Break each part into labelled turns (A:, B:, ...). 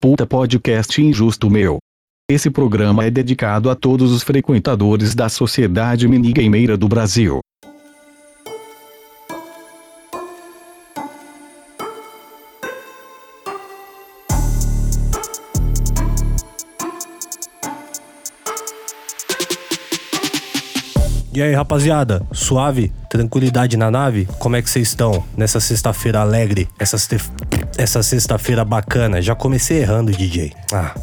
A: Puta podcast injusto meu. Esse programa é dedicado a todos os frequentadores da sociedade minigameira do Brasil.
B: E aí, rapaziada? Suave? Tranquilidade na nave? Como é que vocês estão? Nessa sexta-feira alegre? Essa, ste- essa sexta-feira bacana? Já comecei errando, DJ. Ah.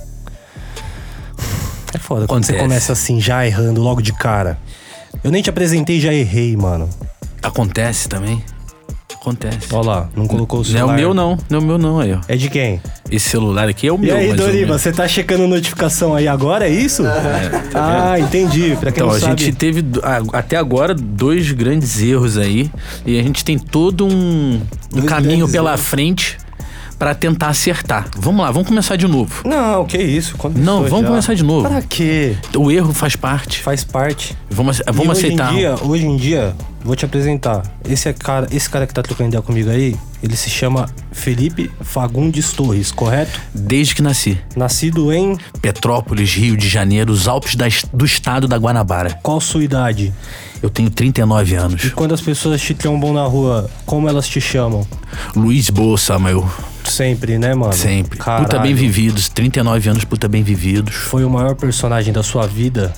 B: É foda quando você
C: Acontece.
B: começa assim, já errando logo de cara. Eu nem te apresentei, já errei, mano.
C: Acontece também. Acontece.
B: Olha lá, não colocou o
C: Não é
B: celular.
C: o meu, não. Não é o meu, não. Aí, ó.
B: É de quem?
C: Esse celular aqui é o
B: E
C: meu.
B: aí,
C: mas o
B: Doriba,
C: meu-
B: você tá checando notificação aí agora, é isso?
C: tá
B: ah, entendi. Pra quem
C: Então,
B: não
C: a
B: sabe...
C: gente teve do- a- até agora dois grandes erros aí. E a gente tem todo um, um caminho pela frente pra tentar acertar. Vamos lá, vamos começar de novo.
B: Não, que isso. começou
C: Não, vamos
B: já.
C: começar de novo.
B: Pra quê?
C: O erro faz parte.
B: Faz parte.
C: Vamos, ace-
B: E
C: vamos
B: hoje
C: aceitar.
B: Em dia, hoje em dia, vou te apresentar. Esse é cara, esse cara que tá trocando ideia comigo aí, ele se chama Felipe Fagundes Torres, correto?
C: Desde que nasci.
B: Nascido em
C: Petrópolis, Rio de Janeiro, os Alpes da es- do estado da Guanabara.
B: qual sua idade?
C: Eu tenho 39 anos.
B: Quando as pessoas te trombam na rua, como elas te chamam?
C: Luiz Bolsa, meu.
B: Sempre, né, mano?
C: Sempre.
B: Caralho.
C: Puta bem vividos, 39 anos puta bem vividos.
B: Foi o maior personagem da sua vida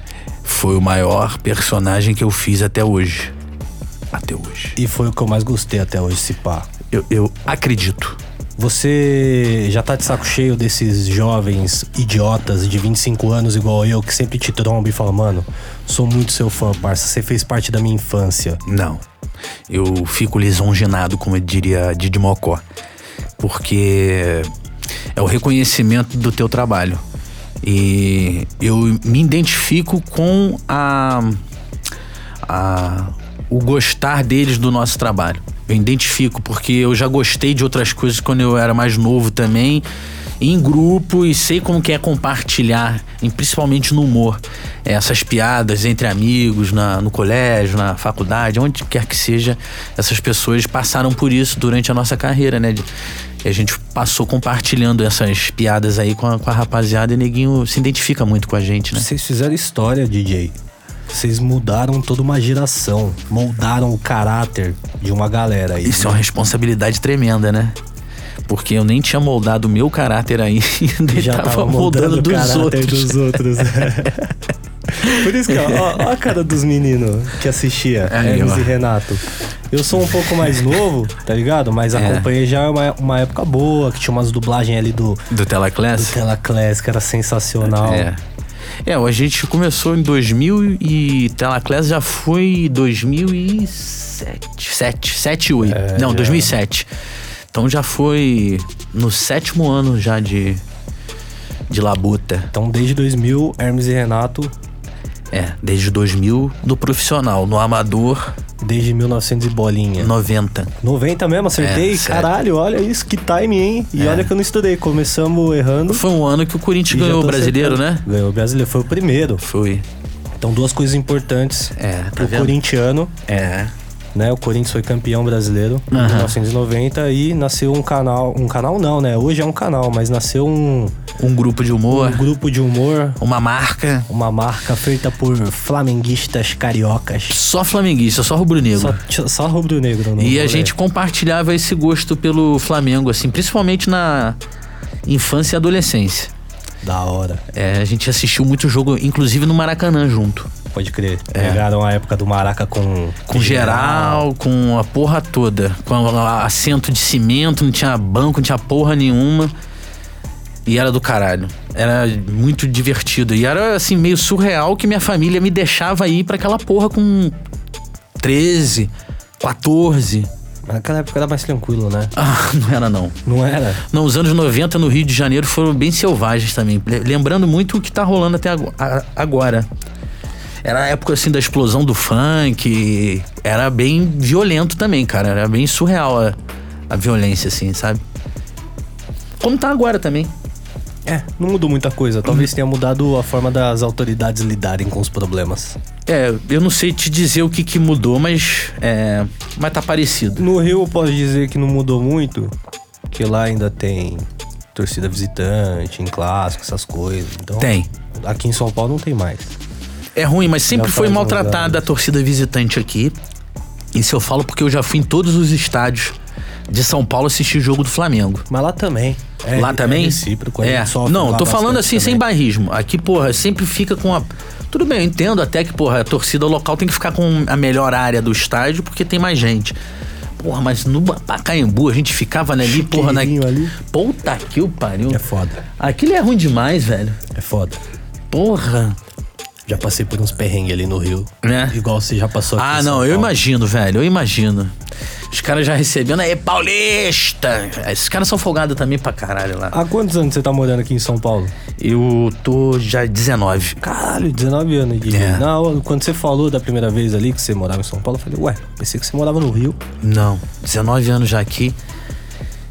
C: Foi o maior personagem que eu fiz até hoje. Até hoje.
B: e foi o que eu mais gostei até hoje, se pá.
C: Eu, eu acredito.
B: Você já tá de saco cheio desses jovens idiotas de 25 anos igual eu que sempre te tromba e fala, mano, sou muito seu fã, parça, você fez parte da minha infância.
C: Não. Eu fico lisonjeado, como eu diria Didi Mocó. Porque é o reconhecimento do teu trabalho. E eu me identifico com a, a- o gostar deles do nosso trabalho. Eu identifico, porque eu já gostei de outras coisas quando eu era mais novo também, em grupo, e sei como que é compartilhar, e principalmente no humor, É, essas piadas entre amigos, na, no colégio, na faculdade, onde quer que seja, essas pessoas passaram por isso durante a nossa carreira, né? De- e a gente passou compartilhando essas piadas aí com a, com a rapaziada e neguinho se identifica muito com a gente, né?
B: Vocês fizeram história, DJ. Vocês mudaram toda uma geração, moldaram o caráter de uma galera aí.
C: Isso é uma responsabilidade tremenda, né? Porque eu nem tinha moldado o meu caráter ainda e
B: já
C: tava,
B: tava
C: moldando,
B: moldando o
C: dos
B: caráter
C: outros. é.
B: dos outros. Por isso que, ó, ó, ó a cara dos meninos que assistia,
C: Aí,
B: Hermes
C: ó.
B: e Renato. Eu sou um pouco mais novo, tá ligado? Mas
C: É.
B: acompanhei já uma, uma época boa, que tinha umas dublagens ali do,
C: Do
B: do
C: Teleclass?
B: Tela Classic, era sensacional.
C: É. É, a gente começou em 2000 e Teleclass já foi 2007, 7, 7 8.
B: É.
C: Não, 2007. Então já foi no sétimo ano já de de labuta.
B: Então, desde 2000, Hermes e Renato,
C: É, desde 2000 no profissional, no amador
B: desde 1900 e bolinha.
C: 90.
B: 90 mesmo, acertei?
C: É, sério.
B: Caralho, olha isso, que time, hein? E olha que eu não estudei, começamos errando.
C: Foi um ano que o
B: e
C: Corinthians
B: já tá
C: ganhou o
B: tô
C: brasileiro,
B: acertando.
C: né?
B: Ganhou o brasileiro, foi o primeiro.
C: Foi.
B: Então, duas coisas importantes
C: É, tá
B: pro
C: vendo?
B: corintiano,
C: É.
B: né? O Corinthians foi campeão brasileiro em
C: Aham.
B: 1990 e nasceu um canal. Um canal não, né? Hoje é um canal, mas nasceu um,
C: Um grupo de humor,
B: um grupo de humor,
C: uma marca.
B: uma marca feita por flamenguistas cariocas.
C: Só flamenguista, só rubro-negro.
B: Só, t- só né? rubro-negro, não
C: E a gente compartilhava esse gosto pelo Flamengo, assim, principalmente na infância e adolescência.
B: Da hora,
C: É, a gente assistiu muito jogo, inclusive no Maracanã junto.
B: pode crer. Pegaram a época do Maraca com.
C: É. Com geral, com a porra toda. Com a- assento de cimento, não tinha banco, não tinha porra nenhuma. E era do caralho. Era muito divertido. E era, assim, meio surreal que minha família me deixava ir pra aquela porra com 13, 14.
B: Mas naquela época era mais tranquilo, né?
C: Ah, não era não.
B: Não era?
C: Não, os anos 90 no Rio de Janeiro foram bem selvagens também. Le- Lembrando muito o que tá rolando até ago- a- agora. Era a época assim da explosão do funk. Era bem violento também, cara. Era bem surreal a, a violência, assim, sabe? Como tá agora também.
B: É, não mudou muita
C: Uhum.
B: coisa. Talvez tenha mudado a forma das autoridades lidarem com os problemas.
C: É, eu não sei te dizer o que, que mudou, mas. É, mas tá parecido.
B: No Rio eu posso dizer que não mudou muito, que lá ainda tem torcida visitante, em clássico, essas coisas. Então,
C: Tem.
B: Aqui em São Paulo não tem mais.
C: É ruim, mas sempre
B: Já
C: foi
B: faz uns
C: maltratada a torcida visitante aqui. Isso eu falo porque eu já fui em todos os estádios de São Paulo assistir o jogo do Flamengo.
B: Mas lá também. É-
C: lá também?
B: É recíproco, a
C: é.
B: gente sofre
C: Não,
B: lá
C: tô falando
B: bastante
C: assim sem
B: também.
C: barrismo. Aqui, porra, sempre fica com a. Tudo bem, eu entendo até que, porra, a torcida local tem que ficar com a melhor área do estádio porque tem mais gente. Porra, mas no Pacaembu a gente ficava né, ali, porra, na.
B: Chiqueirinho ali.
C: Puta que o pariu.
B: É foda,
C: Aquilo é ruim demais, velho.
B: é foda.
C: Porra.
B: Já passei por uns perrengues ali no Rio.
C: Né?
B: Igual você já passou aqui.
C: Ah,
B: em São
C: não, eu
B: Paulo.
C: imagino, velho, eu imagino. Os caras já recebendo aí, paulista! Esses caras são folgados também pra caralho lá.
B: Há quantos anos você tá morando aqui em São Paulo?
C: Eu tô já 19.
B: Caralho, 19 anos de
C: É.
B: Não, quando você falou da primeira vez ali que você morava em São Paulo, eu falei, ué, pensei que você morava no Rio.
C: Não, 19 anos já aqui.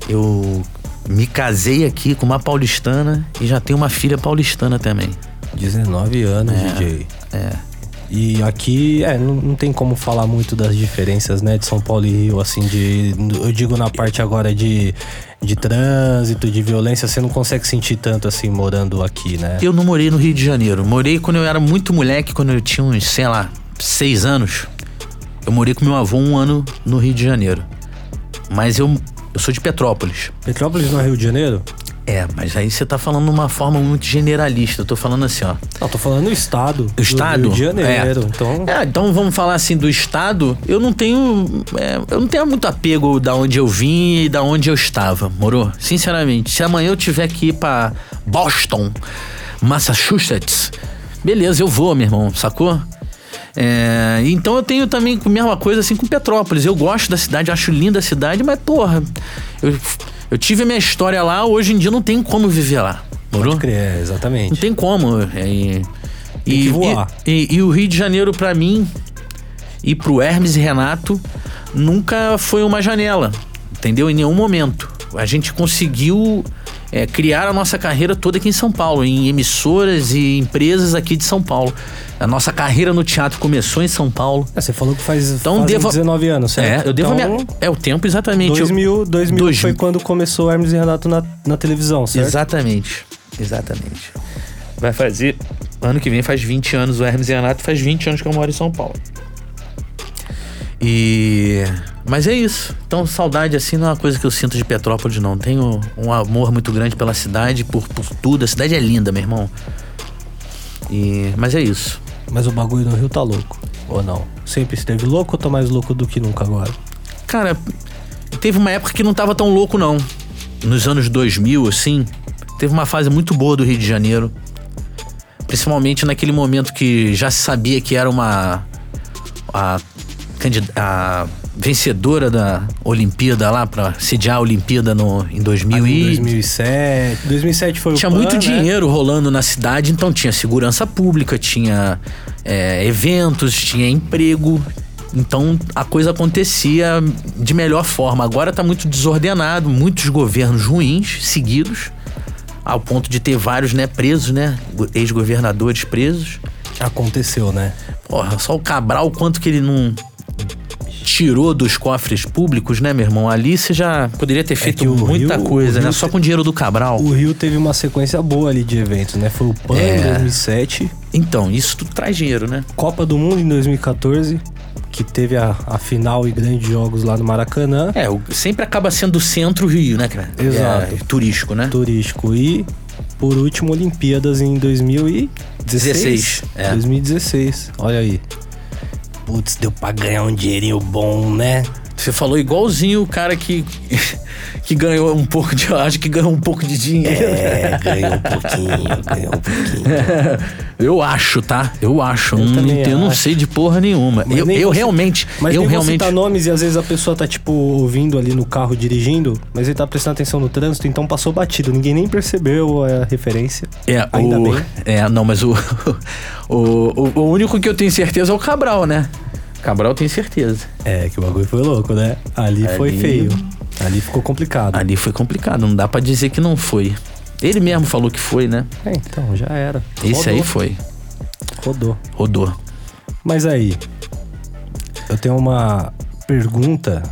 C: Eu me casei aqui com uma paulistana e já tenho uma filha paulistana também.
B: 19 anos, DJ.
C: É.
B: E aqui, é, não, não tem como falar muito das diferenças, né, de São Paulo e Rio, assim, de. Eu digo na parte agora de, de trânsito, de violência, você não consegue sentir tanto assim morando aqui, né?
C: Eu não morei no Rio de Janeiro. Morei quando eu era muito moleque, quando eu tinha uns, sei lá, seis anos. Eu morei com meu avô um ano no Rio de Janeiro. Mas eu, eu sou de Petrópolis.
B: Petrópolis não é Rio de Janeiro?
C: É, mas aí você tá falando de uma forma muito generalista. Eu tô falando assim, ó.
B: Não, tô falando do estado.
C: O estado.
B: Do Rio de Janeiro.
C: é.
B: Então,
C: É, então vamos falar assim do estado. Eu não tenho. é, eu não tenho muito apego da onde eu vim e da onde eu estava, moro? Sinceramente, se amanhã eu tiver que ir pra Boston, Massachusetts, beleza, eu vou, meu irmão, sacou? É, então eu tenho também a mesma coisa assim com Petrópolis. Eu gosto da cidade, acho linda a cidade, mas porra, eu, eu tive a minha história lá, hoje em dia não tem como viver lá, moro?
B: pode crer, é, exatamente.
C: Não tem como. é, E, e,
B: que voar.
C: E, e- e o Rio de Janeiro, pra mim, e pro Hermes e Renato, nunca foi uma janela. Entendeu? Em nenhum momento. A gente conseguiu é, criar a nossa carreira toda aqui em São Paulo, em emissoras e empresas aqui de São Paulo. A nossa carreira no teatro começou em São Paulo.
B: É, você falou que faz
C: Então
B: fazem
C: devo-
B: 19 anos,
C: É,
B: certo?
C: eu devo a
B: então,
C: minha. É o tempo exatamente.
B: 2000,
C: eu,
B: 2000
C: dois-
B: foi quando começou Hermes e Renato na, na televisão, certo?
C: Exatamente. Exatamente. Vai fazer. Ano que vem faz 20 anos. O Hermes e Renato faz 20 anos que eu moro em São Paulo. E. Mas é isso. Então, saudade assim não é uma coisa que eu sinto de Petrópolis, não. Tenho um amor muito grande pela cidade, por, por tudo. A cidade é linda, meu irmão. E... Mas é isso.
B: Mas o bagulho no Rio tá louco, ou não? Sempre esteve louco ou tá mais louco do que nunca agora?
C: Cara, teve uma época que não tava tão louco, não. Nos anos 2000, assim, teve uma fase muito boa do Rio de Janeiro. Principalmente naquele momento que já se sabia que era uma. A, candid- a vencedora da Olimpíada lá, pra sediar a Olimpíada no, em 2000
B: Em
C: e
B: 2007. 2007 foi o
C: tinha
B: PAN,
C: muito
B: né?
C: dinheiro rolando na cidade, então tinha segurança pública, tinha é, eventos, tinha emprego. Então a coisa acontecia de melhor forma. Agora tá muito desordenado, muitos governos ruins seguidos, ao ponto de ter vários né, presos, né? go- Ex-governadores presos.
B: Aconteceu, né?
C: Porra, só o Cabral, quanto que ele não tirou dos cofres públicos, né, meu irmão? Ali você já É poderia ter feito
B: que o
C: muita
B: Rio-
C: coisa,
B: o
C: né?
B: Rio
C: Só com o dinheiro do Cabral.
B: O Rio teve uma sequência boa ali de eventos, né? Foi o PAN em
C: É.
B: 2007,
C: Então, isso tudo traz dinheiro, né?
B: Copa do Mundo em 2014, que teve a, a final e grandes jogos lá no Maracanã.
C: É, o- sempre acaba sendo o centro Rio, né, cara?
B: Exato.
C: É, turístico, né?
B: turístico e por último Olimpíadas em 2016.
C: 16, é.
B: 2016. Olha aí. Putz, deu pra ganhar um dinheirinho bom, né?
C: Você falou igualzinho o cara que que ganhou um pouco de, eu acho que ganhou um pouco de dinheiro.
B: É, ganhou um pouquinho, ganhou um pouquinho.
C: Eu acho, tá? Eu acho. Eu, não,
B: também
C: eu não
B: acho.
C: sei de porra nenhuma.
B: Mas
C: eu
B: nem
C: eu
B: vou ci-
C: realmente,
B: Mas nem tá
C: eu
B: vou
C: realmente
B: citar nomes e às vezes a pessoa tá, tipo, ouvindo ali no carro dirigindo, mas ele tá prestando atenção no trânsito, então passou batido. Ninguém nem percebeu a referência.
C: É,
B: Ainda
C: o,
B: bem.
C: é, não, mas o, o, o, o único que eu tenho certeza é o Cabral, né? Cabral tem certeza.
B: É, que o bagulho foi louco, né? Ali, foi
C: Ali-
B: feio. Ali ficou complicado.
C: Ali foi complicado, não dá pra dizer que não foi. Ele mesmo falou que foi, né?
B: É, então, já era.
C: Esse aí
B: Rodou,
C: foi.
B: Rodou.
C: Rodou.
B: Mas aí, eu tenho uma pergunta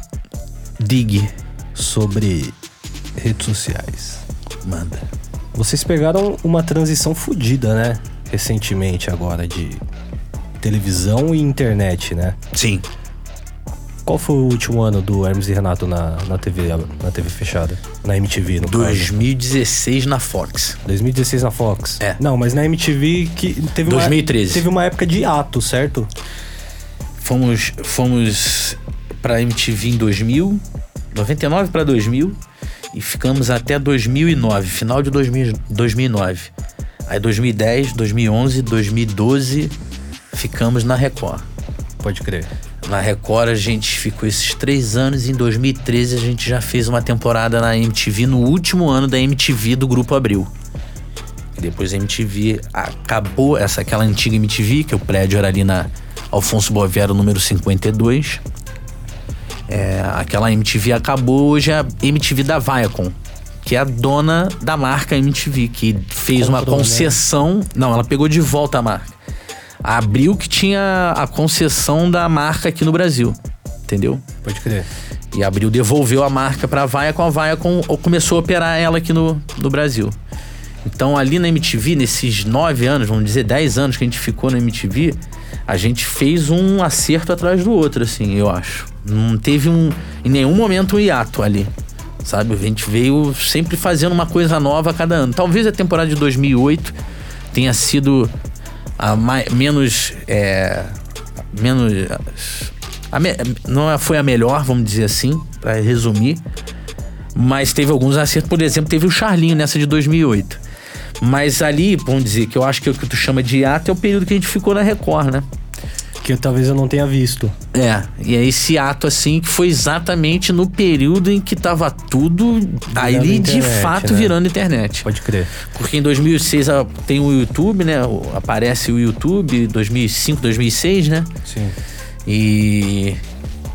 C: Dig.
B: sobre redes sociais.
C: manda.
B: Vocês pegaram uma transição fodida, né? Recentemente agora de televisão e internet, né?
C: Sim.
B: Qual foi o último ano do Hermes e Renato na, na TV ab- na TV fechada? Na MTV, no caso.
C: 2016 na Fox.
B: 2016 na Fox.
C: É.
B: Não, mas na MTV que teve uma
C: 2013.
B: teve uma época de ato, certo?
C: Fomos, fomos pra MTV em 2000, 99 pra 2000 e ficamos até 2009, final de 2000, 2009. Aí 2010, 2011, 2012 ficamos na Record.
B: Pode crer.
C: Na Record a gente ficou esses três anos e em 2013 a gente já fez uma temporada na MTV no último ano da MTV do Grupo Abril. E depois a MTV acabou essa aquela antiga MTV, que é o prédio era ali na Alfonso Bovero número 52. É, aquela MTV acabou, hoje é a MTV da Viacom, que é a dona da marca MTV, que fez uma
B: Comprou, né?
C: concessão. Não, ela pegou de volta a marca. A Abril que tinha a concessão da marca aqui no Brasil, entendeu?
B: Pode crer.
C: E a Abril devolveu a marca pra Viacom, a Viacom o- começou a operar ela aqui no, no Brasil. Então ali na MTV, nesses nove anos, vamos dizer, dez anos que a gente ficou na MTV, a gente fez um acerto atrás do outro, assim, eu acho. Não teve um. Em nenhum momento um hiato ali. Sabe? A gente veio sempre fazendo uma coisa nova a cada ano. Talvez a temporada de 2008 tenha sido a mai- menos. é, menos. a me- não é- foi a melhor, vamos dizer assim, pra resumir. Mas teve alguns acertos. Por exemplo, teve o Charlinho nessa de 2008. Mas ali, vamos dizer, que eu acho que é o que tu chama de hiato é o período que a gente ficou na Record, né?
B: Que talvez eu não tenha visto.
C: É, e é esse ato assim que foi exatamente no período em que tava tudo ali de
B: internet,
C: fato
B: né?
C: virando internet.
B: Pode crer.
C: Porque em 2006 a- ah, tem o YouTube, né? O- Aparece o YouTube, 2005, 2006, né?
B: Sim.
C: E,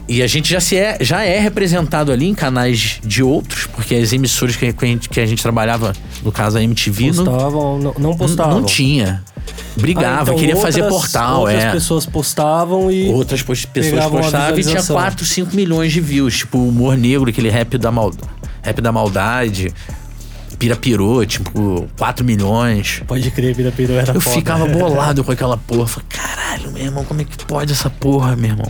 C: e a gente já, se é, já é representado ali em canais de outros, porque as emissoras que, que a, gente, que a gente trabalhava, no caso a MTV, não,
B: Postavam, não, não
C: não,
B: postavam.
C: tinha. Brigava,
B: Ah, então
C: queria fazer
B: outras-
C: portal,
B: outras
C: é.
B: pessoas postavam e.
C: Outras pos- pessoas
B: Pegavam a
C: postavam e tinha
B: visualização.
C: 4, 5 milhões de views. Tipo, o Humor Negro, aquele rap da, mal, rap da maldade. Pirapirô, tipo, 4 milhões.
B: Pode crer, Vira Peru era
C: Eu
B: Tá foda.
C: ficava bolado com aquela porra. Falei, caralho, meu irmão, como é que pode essa porra, meu irmão?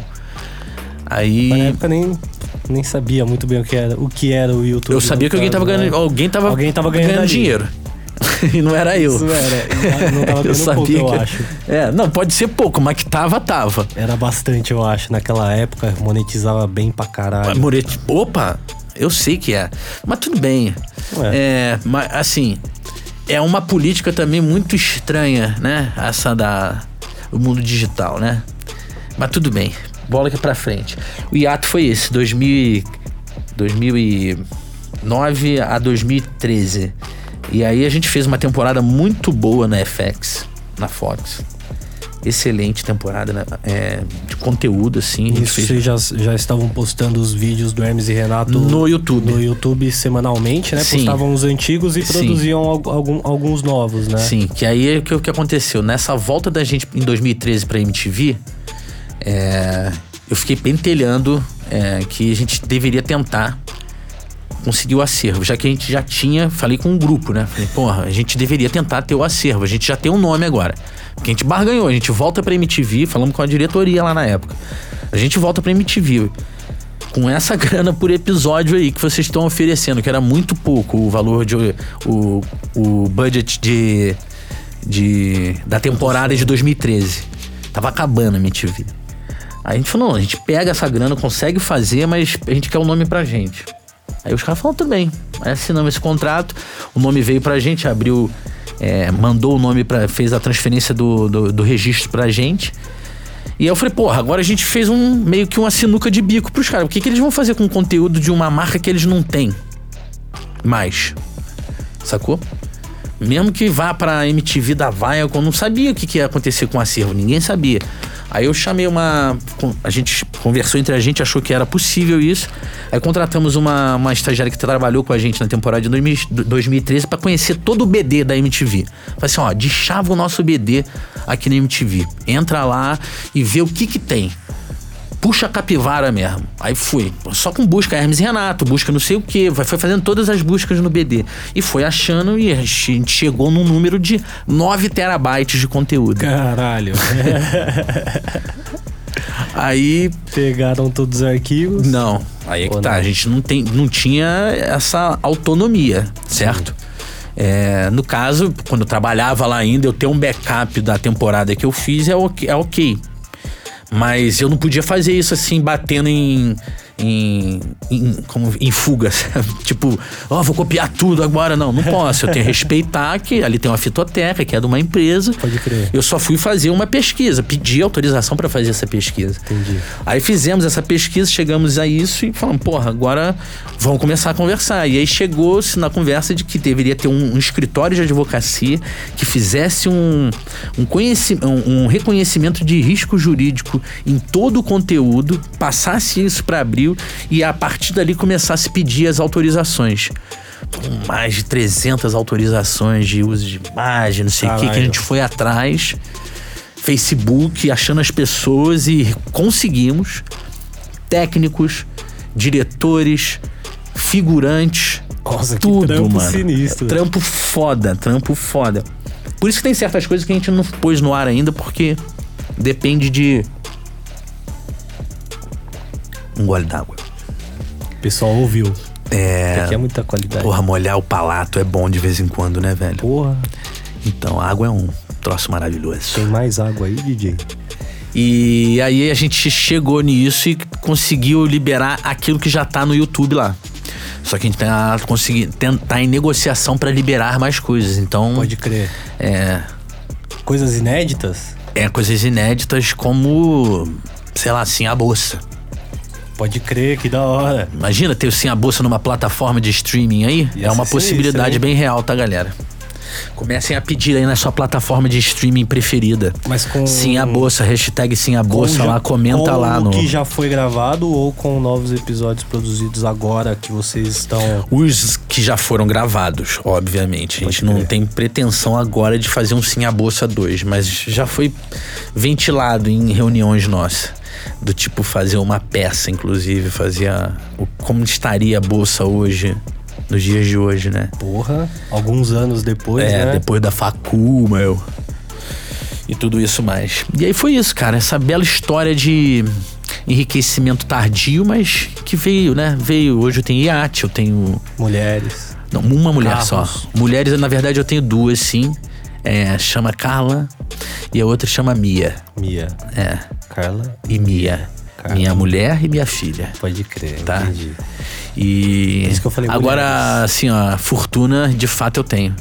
B: Mas é Na
C: Aí
B: época nem, nem sabia muito bem o que era o, que era o YouTube.
C: eu sabia que alguém tava ganhando. Alguém tava,
B: né? Alguém tava ganhando ali.
C: dinheiro. e não era eu.
B: Isso era. Não tava
C: eu
B: ganhando
C: sabia
B: pouco,
C: que.
B: eu acho.
C: É, não, pode ser pouco, mas que tava, tava.
B: Era bastante, eu acho. Naquela época, monetizava bem pra
C: Mas,
B: caralho.
C: Moretti, opa, eu sei que é. Mas tudo bem.
B: Ué.
C: É, mas assim, é uma política também muito estranha, né? Essa da o mundo digital, né? Mas tudo bem. Bola aqui pra frente. O hiato foi esse, 2000, e- 2009 a 2013. E aí a gente fez uma temporada muito boa na FX, na Fox. Excelente temporada né? É, de conteúdo, assim. a gente
B: Isso
C: fez-
B: vocês já, já estavam postando os vídeos do Hermes e Renato
C: No YouTube.
B: no YouTube semanalmente, né?
C: Sim.
B: Postavam os antigos e
C: Sim.
B: produziam al- algum- alguns novos, né?
C: Sim, que aí é o que, o que aconteceu? Nessa volta da gente em 2013 pra MTV, é, eu fiquei pentelhando é, que a gente deveria tentar conseguir o acervo, já que a gente já tinha, falei com um grupo, né? Falei, porra, a gente deveria tentar ter o acervo, a gente já tem um nome agora. Porque a gente barganhou, a gente volta pra MTV, falamos com a diretoria lá na época. A gente volta pra MTV com essa grana por episódio aí que vocês estão oferecendo, que era muito pouco o valor de o, o budget de, de da temporada de 2013. Tava acabando a MTV. Aí a gente falou, não, a gente pega essa grana, consegue fazer, mas a gente quer um nome pra gente. Aí os caras falaram, tudo bem. Aí assinamos esse contrato, o nome veio pra gente, abriu, é, mandou o nome pra. fez a transferência do, do, do registro pra gente. E aí eu falei, porra, agora a gente fez um meio que uma sinuca de bico pros caras. O que, que eles vão fazer com o conteúdo de uma marca que eles não têm? Mais. Sacou? Mesmo que vá pra MTV da Viacom, não sabia o que, que ia acontecer com o acervo, ninguém sabia. Aí eu chamei uma. con- A gente conversou entre a gente, achou que era possível isso. Aí contratamos uma, uma estagiária que trabalhou com a gente na temporada de 2000 do- 2013 pra conhecer todo o BD da MTV. Falei assim: ó, deschava o nosso BD aqui na MTV. Entra lá e vê o que que tem. puxa a capivara mesmo. Aí fui. Só com busca Hermes e Renato, busca não sei o quê. vai- Foi fazendo todas as buscas no BD. E foi achando e a gente chegou num número de 9 terabytes de conteúdo.
B: Caralho.
C: Aí
B: Pegaram todos os arquivos.
C: Não, aí é que
B: Ou
C: tá.
B: não?
C: A gente não, tem, não tinha essa autonomia,
B: Uhum.
C: certo? É, no caso, quando eu trabalhava lá ainda, eu ter um backup da temporada que eu fiz é ok. É ok. Mas eu não podia fazer isso assim, batendo em. em, em, como, em fuga, sabe? Tipo, ó, vou copiar tudo agora. Não, não posso. Eu tenho que respeitar que ali tem uma fitoteca, que é de uma empresa.
B: Pode crer.
C: Eu só fui fazer uma pesquisa, pedi autorização pra fazer essa pesquisa.
B: Entendi.
C: Aí fizemos essa pesquisa, chegamos a isso e falamos, porra, agora vamos começar a conversar. E aí chegou-se na conversa de que deveria ter um, um escritório de advocacia que fizesse um, um, conheci- um- um reconhecimento de risco jurídico em todo o conteúdo, passasse isso para abril e a partir dali começasse a pedir as autorizações. Com mais de 300 autorizações de uso de imagem, não sei o que, que a
B: Caralho.
C: gente foi atrás. Facebook, achando as pessoas e conseguimos técnicos, diretores, figurantes.
B: Nossa, que
C: tudo,
B: trampo
C: mano.
B: sinistro.
C: Trampo foda, trampo foda. Por isso que tem certas coisas que a gente não pôs no ar ainda, porque depende de. Um gole d'água.
B: O pessoal ouviu. É. Aqui é muita qualidade.
C: Porra, molhar o palato é bom de vez em quando, né, velho?
B: Porra,
C: Então, a água é um troço maravilhoso.
B: tem mais água aí, DJ?
C: E aí a gente chegou nisso e conseguiu liberar aquilo que já tá no YouTube lá. Só que a gente tá, consegui, tem- tá em negociação pra liberar mais coisas. Então,
B: Pode crer.
C: é,
B: Coisas inéditas?
C: é coisas inéditas como, sei lá, assim, a bolsa.
B: Pode crer, que da hora.
C: Imagina ter sim a bolsa numa plataforma de streaming aí.
B: Ia
C: é uma
B: ser
C: possibilidade
B: sinistro,
C: bem real, tá, galera? Comecem a pedir aí na sua plataforma de streaming preferida.
B: Mas com-
C: Sim a bolsa, hashtag sim a
B: Com
C: bolsa
B: já-
C: lá, comenta
B: com
C: lá
B: o
C: no.
B: que já foi gravado ou com novos episódios produzidos agora que vocês estão.
C: Os que já foram gravados, obviamente. A gente não tem pretensão agora de fazer um Sim a Bolsa 2, mas já foi ventilado em reuniões nossas. Do tipo fazer uma peça, inclusive, fazer a- o, como estaria a Bolsa hoje, nos dias de hoje, né?
B: Porra, alguns anos depois,
C: É,
B: né?
C: depois da facu, meu. E tudo isso mais. E aí foi isso, cara. Essa bela história de enriquecimento tardio, mas que veio, né? Veio. Hoje eu tenho iate, eu tenho
B: Mulheres.
C: não, uma mulher
B: Carros.
C: só. Mulheres, na verdade, eu tenho duas, sim. É, chama Carla e a outra chama Mia.
B: Mia.
C: É,
B: Carla.
C: e Mia.
B: Carla.
C: Minha mulher e minha filha.
B: Pode crer.
C: Tá.
B: Entendi.
C: E.
B: Por É isso que eu falei
C: agora,
B: mulheres.
C: assim, ó, fortuna de fato eu tenho.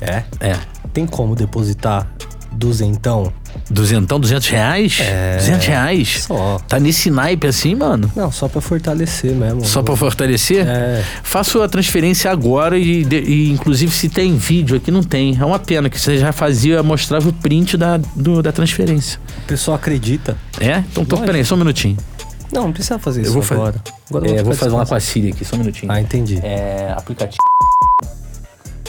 B: É?
C: É.
B: Tem como depositar então? duzentão?
C: Duzentão, duzentos reais? É. Duzentos reais?
B: Só.
C: Tá nesse naipe assim, mano?
B: Não, só pra fortalecer mesmo.
C: Só pra fortalecer?
B: É.
C: Faço a transferência agora e, de- e, inclusive se tem vídeo aqui, não tem. É uma pena que você já fazia, mostrava o print da, do- da transferência.
B: O pessoal acredita.
C: É? Então tô, peraí, só um minutinho.
B: Não, não precisa fazer isso
C: vou fazer-
B: agora. Agora
C: É,
B: eu
C: vou
B: ficar
C: fazer uma com
B: descansado.
C: a Siri aqui, só um minutinho.
B: Ah, entendi.
C: É, aplicativo.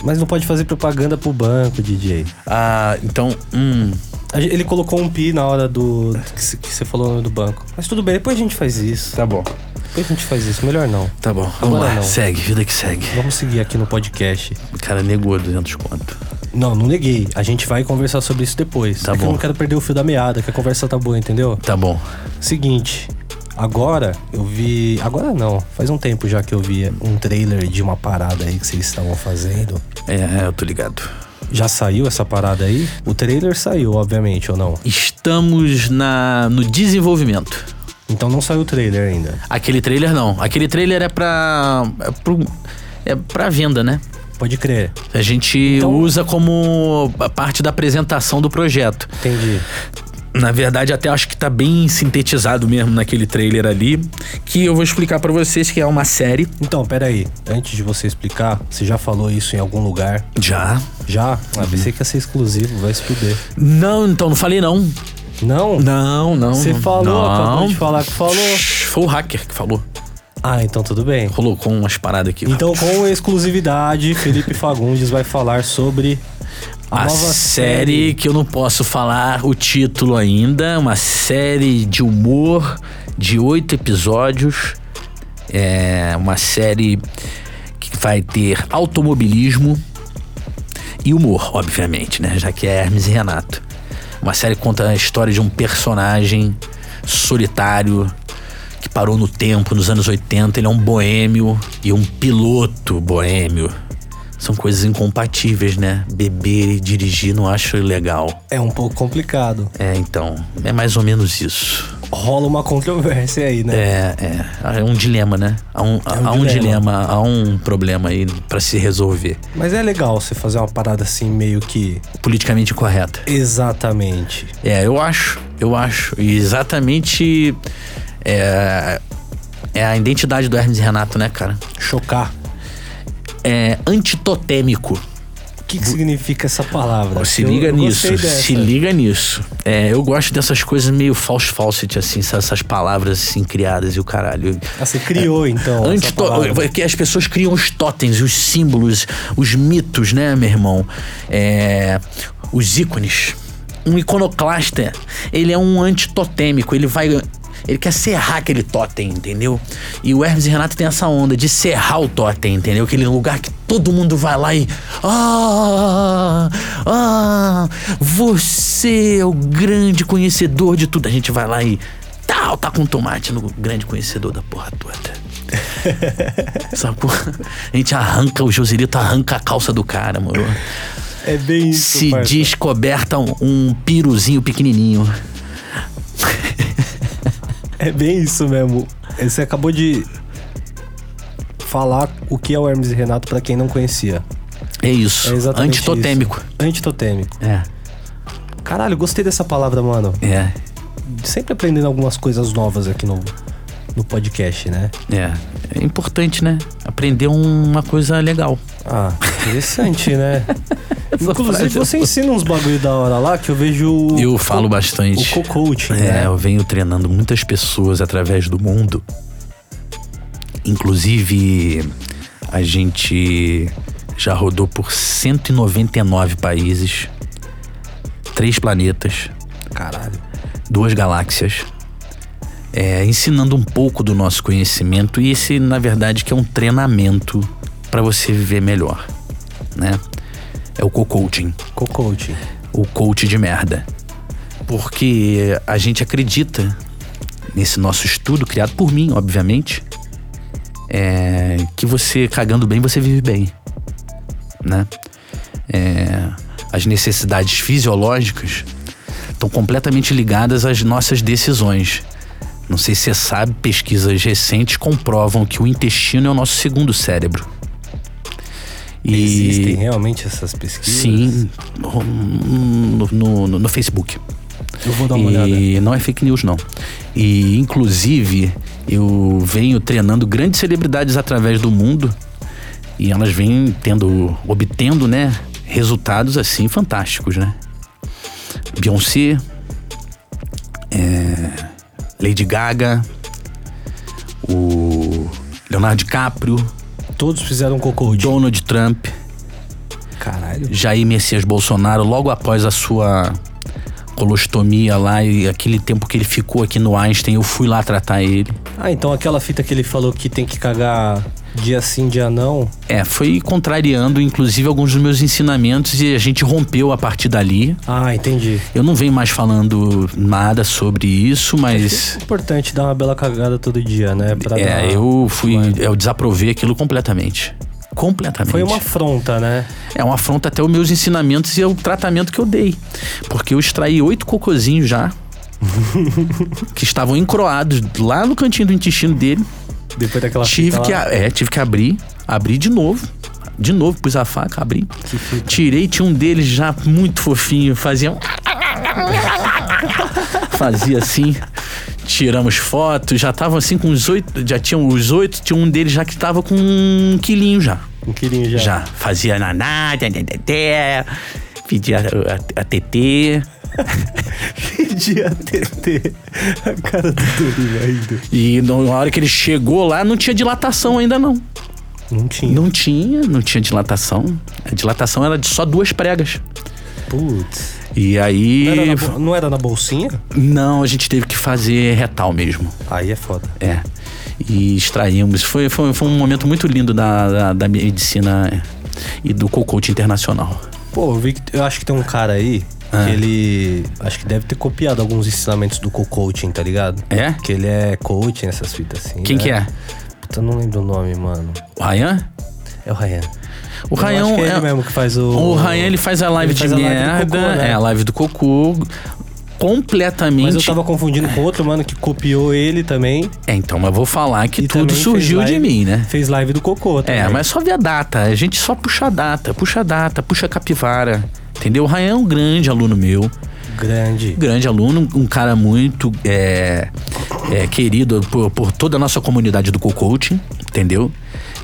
B: Mas não pode fazer propaganda pro banco, DJ.
C: Ah, então, hum,
B: A gen- Ele colocou um pi na hora do. que c- que você falou o nome do banco. Mas tudo bem, depois a gente faz isso.
C: tá bom.
B: Depois a gente faz isso. Melhor não.
C: Tá bom, vamos
B: Agora
C: lá,
B: não.
C: segue, vida que segue.
B: Vamos seguir aqui no podcast.
C: O cara negou 200 conto.
B: Não, não neguei. A gente vai conversar sobre isso depois.
C: Tá
B: é que eu
C: bom.
B: não quero perder o fio da meada, que a conversa tá boa, entendeu?
C: Tá bom.
B: Seguinte, agora eu vi. Agora não, faz um tempo já que eu vi um trailer de uma parada aí que vocês estavam fazendo.
C: É, eu tô ligado.
B: Já saiu essa parada aí? O trailer saiu, obviamente, ou não?
C: Estamos na, no desenvolvimento.
B: Então não saiu o trailer ainda.
C: Aquele trailer não. Aquele trailer é pra. É, pro, é pra venda, né?
B: Pode crer.
C: A gente usa como a parte da apresentação do projeto.
B: Entendi.
C: Na verdade, até acho que tá bem sintetizado mesmo naquele trailer ali, que eu vou explicar pra vocês que é uma série.
B: Então, peraí. Antes de você explicar, você já falou isso em algum lugar?
C: Já?
B: Já? Ah, pensei que ia ser exclusivo, vai se fuder.
C: Não, então não falei não.
B: Não?
C: Não, não.
B: Você
C: não.
B: falou, acabou
C: não.
B: de falar que falou.
C: Foi o hacker que falou.
B: Ah, então tudo bem.
C: Colocou umas paradas aqui.
B: Então, com exclusividade, Felipe Fagundes vai falar sobre a,
C: A
B: nova
C: série que eu não posso falar o título ainda, uma série de humor de oito episódios. É uma série que vai ter automobilismo e humor, obviamente, né? Já que é Hermes e Renato. Uma série que conta a história de um personagem solitário que parou no tempo, nos anos 80. Ele é um boêmio e um piloto boêmio. São coisas incompatíveis, né? Beber e dirigir não acho legal.
B: É um pouco complicado.
C: É, então, é mais ou menos isso.
B: Rola uma controvérsia aí, né?
C: É, é. É um dilema, né? Há um, há um
B: dilema.
C: dilema, há um problema aí pra se resolver.
B: Mas é legal você fazer uma parada assim, meio que.
C: Politicamente correta.
B: Exatamente.
C: É, eu acho, eu acho. E exatamente é, é a identidade do Hermes e Renato, né, cara?
B: Chocar.
C: É antitotêmico.
B: O que, que significa essa palavra?
C: Se
B: Eu-
C: liga
B: eu gostei
C: nisso,
B: dessa.
C: se liga nisso. É, eu gosto dessas coisas meio false falsity, assim, essas- essas palavras assim criadas e o caralho.
B: Ah, você criou, então. essa
C: Antito é
B: palavra.
C: que as pessoas criam os totens, os símbolos, os mitos, né, meu irmão? É, os ícones. Um iconoclasta, ele é um antitotêmico, ele vai. Ele quer serrar aquele totem, entendeu? E o Hermes e Renato tem essa onda de serrar o totem, entendeu? Aquele lugar que todo mundo vai lá e. Ah! Ah! Você é o grande conhecedor de tudo. A gente vai lá e. Tal, tá com tomate no grande conhecedor da porra toda. Sacou? A gente arranca, o Joselito arranca a calça do cara, moro?
B: É bem isso.
C: Se
B: parça.
C: descoberta um, um piruzinho pequenininho.
B: É bem isso mesmo. É, Você acabou de falar o que é o Hermes e Renato pra quem não conhecia.
C: É
B: É
C: isso.
B: exatamente
C: Antitotêmico.
B: isso. Antitotêmico.
C: É.
B: Caralho, gostei dessa palavra, mano.
C: É.
B: Sempre aprendendo algumas coisas novas aqui no, no podcast, né?
C: É. É importante, né? Aprender uma coisa legal.
B: Ah, interessante, né?
C: Essa
B: Inclusive,
C: frase-
B: você ensina uns bagulho da hora lá que eu vejo. o-
C: Eu falo
B: O
C: bastante.
B: co-coaching,
C: É,
B: né?
C: eu venho treinando muitas pessoas através do mundo. Inclusive, a gente já rodou por 199 países, três planetas,
B: Caralho.
C: duas galáxias, é, ensinando um pouco do nosso conhecimento e esse, na verdade, que é um treinamento para você viver melhor, né? É o co-coaching
B: Co-coaching.
C: o coach de merda. Porque a gente acredita nesse nosso estudo, criado por mim, obviamente, é, que você cagando bem, você vive bem. Né? É, as necessidades fisiológicas estão completamente ligadas às nossas decisões. Não sei se você sabe, pesquisas recentes comprovam que o intestino é o nosso segundo cérebro. E-
B: Existem realmente essas pesquisas?
C: Sim, no, no- no- no Facebook.
B: Eu vou dar uma olhada.
C: E não é fake news, não. E, inclusive, eu venho treinando grandes celebridades através do mundo e elas vêm tendo, obtendo, né, resultados assim fantásticos, né? Beyoncé, é, Lady Gaga, o Leonardo DiCaprio,
B: Todos fizeram co-coaching.
C: Donald Trump.
B: Caralho.
C: Jair Messias Bolsonaro, logo após a sua colostomia lá e aquele tempo que ele ficou aqui no Einstein, eu fui lá tratar ele.
B: Ah, então aquela fita que ele falou que tem que cagar dia sim, dia não.
C: É, foi contrariando, inclusive, alguns dos meus ensinamentos e a gente rompeu a partir dali.
B: Ah, entendi.
C: Eu não venho mais falando nada sobre isso, mas.
B: É importante dar uma bela cagada todo dia, né? Pra dar-
C: É, eu fui. Eu desaprovei aquilo completamente. Completamente.
B: Foi uma afronta, né?
C: É uma afronta até os meus ensinamentos e ao tratamento que eu dei. Porque eu extraí oito cocôzinhos já. que estavam encroados lá no cantinho do intestino dele.
B: Depois daquela
C: tive,
B: fita
C: que,
B: lá.
C: a- é, tive que abrir. Abri de novo. De novo, pus a faca, abri. Tirei, tinha um deles já muito fofinho, fazia. um- fazia assim. Tiramos fotos, já estavam assim com os oito. Já tinham os oito, tinha um deles já que tava com um quilinho já.
B: Um quilinho já.
C: Já. Fazia naná, tê, tê, tê, tê, pedia a, a, a TT.
B: Dia TT. A cara do Dorino ainda.
C: E no- na hora que ele chegou lá, não tinha dilatação ainda, não.
B: Não tinha.
C: Não tinha, não tinha dilatação. A dilatação era de só duas pregas.
B: Putz.
C: E aí.
B: Não, era na bol- não era na bolsinha?
C: Não, a gente teve que fazer retal mesmo.
B: Aí é foda.
C: É. E extraímos. Foi, foi, foi um momento muito lindo da, da, da medicina e do co-coach internacional.
B: Pô, eu vi que eu acho que tem um cara aí
C: Ah.
B: que ele. Acho que deve ter copiado alguns ensinamentos do co-coaching, tá ligado?
C: É?
B: Que ele é coaching, essas fitas assim.
C: Quem
B: né?
C: que é?
B: Puta, eu não lembro o nome, mano.
C: O Ryan?
B: É o Ryan.
C: O
B: Eu acho
C: Ryan um
B: que é ele mesmo que faz o-
C: O Ryan ele faz a live
B: Ele
C: de
B: faz a live do
C: merda.
B: Cocô, né?
C: É a live do Cocô. Completamente.
B: Mas eu tava confundindo com outro, mano, que copiou ele também.
C: É, então, mas vou falar que
B: e
C: tudo
B: também
C: surgiu
B: fez
C: de
B: live-
C: mim, né?
B: Fez live do cocô também.
C: É, mas só vê a data. A gente só puxa a data, puxa a data, puxa a capivara. Entendeu? O Ryan é um grande aluno meu.
B: Grande.
C: grande aluno, um cara muito é, é, querido por, por toda a nossa comunidade do co-coaching, entendeu?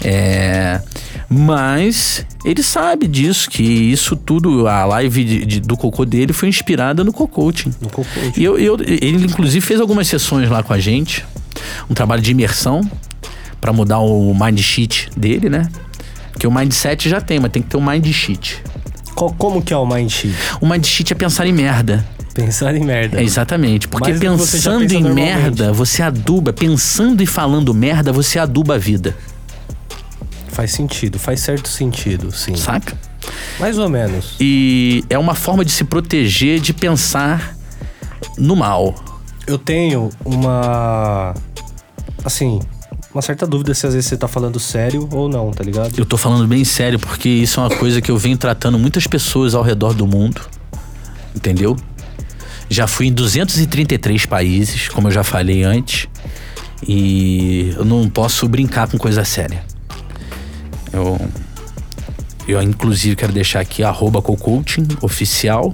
C: É, mas ele sabe disso, que isso tudo, a live de- de- do cocô dele foi inspirada no co-coaching.
B: No cocô.
C: E eu, eu- ele, inclusive, fez algumas sessões lá com a gente, um trabalho de imersão, pra mudar o mindset dele, né? Porque o mindset já tem, mas tem que ter um mindset.
B: Co- Como que é o mindset?
C: O mindset é pensar em merda.
B: Pensar em merda.
C: É, exatamente. Porque
B: Mais do que você já
C: pensando
B: pensa
C: em
B: normalmente.
C: merda, você aduba. Pensando e falando merda, você aduba a vida.
B: Faz sentido, faz certo sentido, sim.
C: Saca?
B: Mais ou menos.
C: E é uma forma de se proteger de pensar no mal.
B: Eu tenho uma. Assim, uma certa dúvida se às vezes você tá falando sério ou não, tá ligado?
C: Eu tô falando bem sério porque isso é uma coisa que eu venho tratando muitas pessoas ao redor do mundo. Entendeu? Já fui em 233 países, como eu já falei antes. E eu não posso brincar com coisa séria. Eu, eu inclusive quero deixar aqui arroba cocoaching oficial.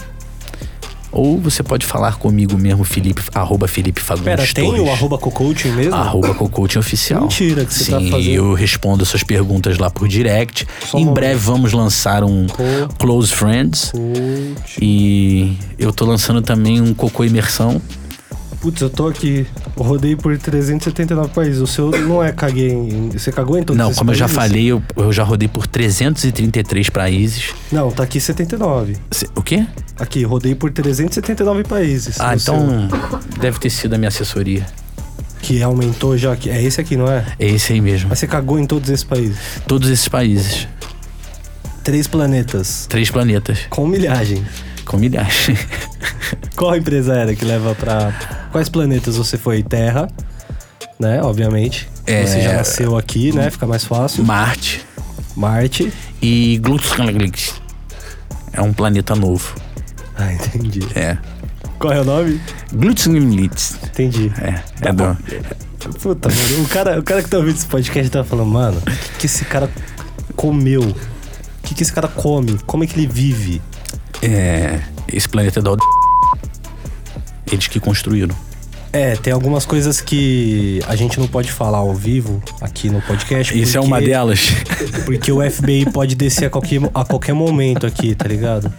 C: Ou você pode falar comigo mesmo, Felipe, arroba Felipe Fagundes
B: Pera, tem o
C: Torres.
B: arroba cocoaching mesmo?
C: Arroba Cocoaching Oficial.
B: Mentira que você
C: Sim,
B: tá fazendo.
C: eu respondo as suas perguntas lá por direct.
B: Só um
C: em
B: momento.
C: breve vamos lançar um
B: Co-
C: Close Friends.
B: Coach.
C: E eu tô lançando também um Cocô Imersão.
B: Putz, eu tô aqui. Eu rodei por 379 países. O seu não é caguei em. Você cagou em todos
C: Não,
B: esses
C: como eu já
B: países?
C: falei, eu, eu já rodei por 333 países.
B: Não, tá aqui 79.
C: Se- O quê?
B: Aqui, rodei por 379 países.
C: Ah,
B: no seu,
C: então deve ter sido a minha assessoria.
B: Que aumentou já. aqui. É esse aqui, não é?
C: É esse aí mesmo.
B: Mas você cagou em todos esses países.
C: Todos esses países.
B: Três planetas.
C: Três planetas.
B: Com milhagem.
C: Com milhares.
B: Qual empresa era que leva pra. Quais planetas você foi? Terra, né? Obviamente.
C: É.
B: Você já nasceu aqui, né? Fica mais fácil.
C: Marte
B: Marte.
C: e Glutskanglix. É um planeta novo.
B: Ah, entendi.
C: É.
B: Qual é o nome?
C: Glutskanglix.
B: Entendi.
C: É,
B: Tá
C: é do,
B: Puta, mano. O cara, o cara que tá ouvindo esse podcast tá falando, mano, o que, que esse cara comeu? O que, que esse cara come? Como é que ele vive?
C: é, esse planeta é da Eles que construíram.
B: É, tem algumas coisas que a gente não pode falar ao vivo aqui no podcast.
C: Isso é
B: porque-
C: uma delas.
B: Porque o FBI pode descer a qualquer, a qualquer momento aqui, tá ligado?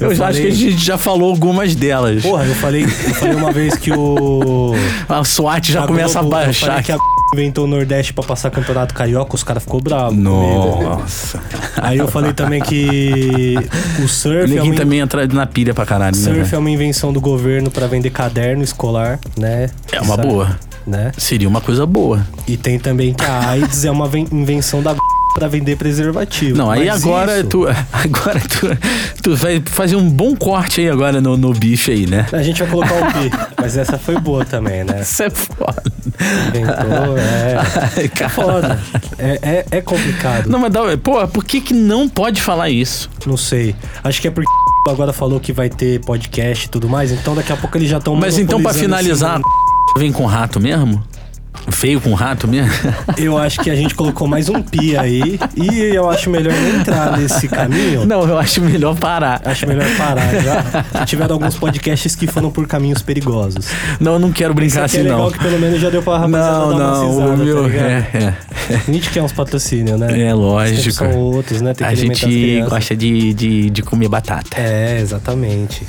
C: Eu, já acho que a
B: falei-
C: gente já falou algumas delas.
B: Porra, eu falei, eu falei uma vez que o.
C: a SWAT já
B: a
C: começa
B: Globo-
C: a
B: Eu falei
C: baixar.
B: que a inventou o Nordeste pra passar campeonato carioca, os caras ficou bravos. comigo.
C: Nossa.
B: Aí eu falei também que o
C: O
B: surf, é
C: Neguinho
B: uma,
C: também entra na pilha pra caralho, né?
B: surf é
C: velho?
B: uma invenção do governo pra vender caderno escolar, né?
C: É uma
B: Sabe?
C: boa.
B: Né?
C: Seria uma coisa boa.
B: E tem também que a AIDS é uma ven- invenção da pra vender preservativo.
C: Não, aí
B: Mas
C: agora é
B: isso-
C: tu. Agora tu. Tu vai fazer um bom corte aí agora no, no bicho aí, né?
B: A gente vai colocar o pi, mas essa foi boa também, né?
C: Isso é foda.
B: Inventou, é.
C: Cara.
B: Foda. É, é, é complicado. Não.
C: Não, mas dá. Porra, por que que não pode falar isso?
B: sei. Acho que é porque agora falou que vai ter podcast e tudo mais, então daqui a pouco eles já estão
C: Mas então, pra finalizar,
B: assim,
C: a vem com rato mesmo? Feio com rato mesmo?
B: eu acho que a gente colocou mais um pi aí e eu acho melhor não entrar nesse caminho.
C: Não, eu acho melhor parar.
B: Acho melhor parar já. que Tiveram alguns podcasts que foram por caminhos perigosos.
C: Não, eu não quero brincar
B: Esse aqui
C: assim,
B: é legal
C: não.
B: que pelo menos já deu pra rapaziada
C: Não,
B: dar uma
C: não,
B: cisada,
C: o meu.
B: tá ligado?
C: é,
B: A gente quer uns patrocínios, né?
C: É
B: Os tempos
C: lógico.
B: São outros, né?
C: é.
B: Tem que
C: A
B: alimentar as
C: gente
B: crianças.
C: gosta de, de, de comer batata.
B: É, exatamente.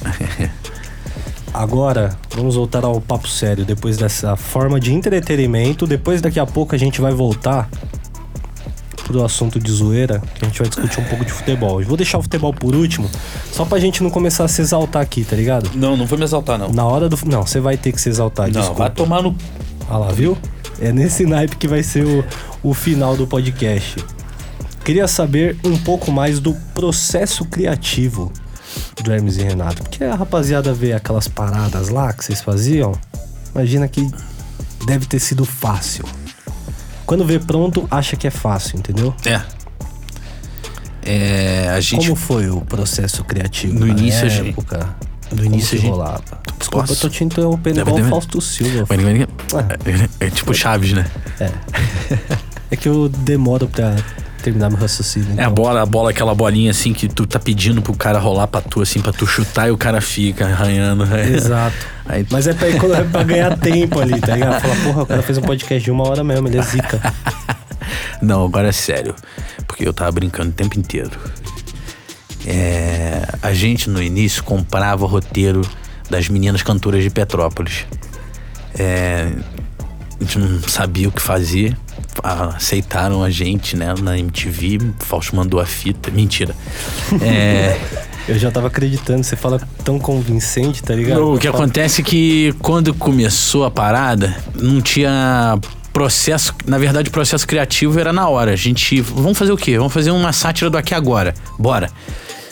B: Agora, vamos voltar ao papo sério. Depois dessa forma de entretenimento, depois daqui a pouco a gente vai voltar pro assunto de zoeira, que a gente vai discutir um pouco de futebol. Eu vou deixar o futebol por último, só pra gente não começar a se exaltar aqui, tá ligado?
D: Não, não vou me exaltar, não.
B: Na hora do. Não, você vai ter que se exaltar,
D: Não,
B: desculpa.
D: vai tomar no.
B: Olha lá, viu? É nesse naipe que vai ser o, o final do podcast. Queria saber um pouco mais do processo criativo do Hermes e Renato. Porque a rapaziada vê aquelas paradas lá que vocês faziam. Imagina que deve ter sido fácil. Quando vê pronto, acha que é fácil, entendeu?
C: É. É, a gente.
B: Como foi o processo criativo?
C: No
B: na
C: início, a gente-
B: época?
C: no início,
B: Como
C: a
B: que
C: gente-
B: rolava? Desculpa,
C: Posso?
B: eu tô te interrompendo
C: Deve-
B: igual o
C: deve-
B: Fausto Silva.
C: É, tipo Chaves, né?
B: É que eu demoro pra terminar meu raciocínio.
D: É a
B: então.
D: bola, a bola, aquela bolinha assim que tu tá pedindo pro cara rolar pra tu, assim, pra tu chutar e o cara fica arranhando.
B: Exato.
D: Aí-
B: Mas é pra, é pra ganhar tempo ali, tá ligado? Fala, porra, o cara fez um podcast de uma hora mesmo, ele é zica.
C: Não, agora é sério. Porque eu tava brincando o tempo inteiro. É, a gente no início comprava roteiro das meninas cantoras de Petrópolis. É, a gente não sabia o que fazer. a- Aceitaram a gente, né? Na MTV, o Fausto mandou a fita. Mentira. É,
B: Eu já tava acreditando, você fala tão convincente, tá ligado?
C: O que
B: Eu falo,
C: acontece é que quando começou a parada, não tinha processo. Na verdade, o processo criativo era na hora. A gente. Vamos fazer o quê? Vamos fazer uma sátira do aqui e agora. Bora.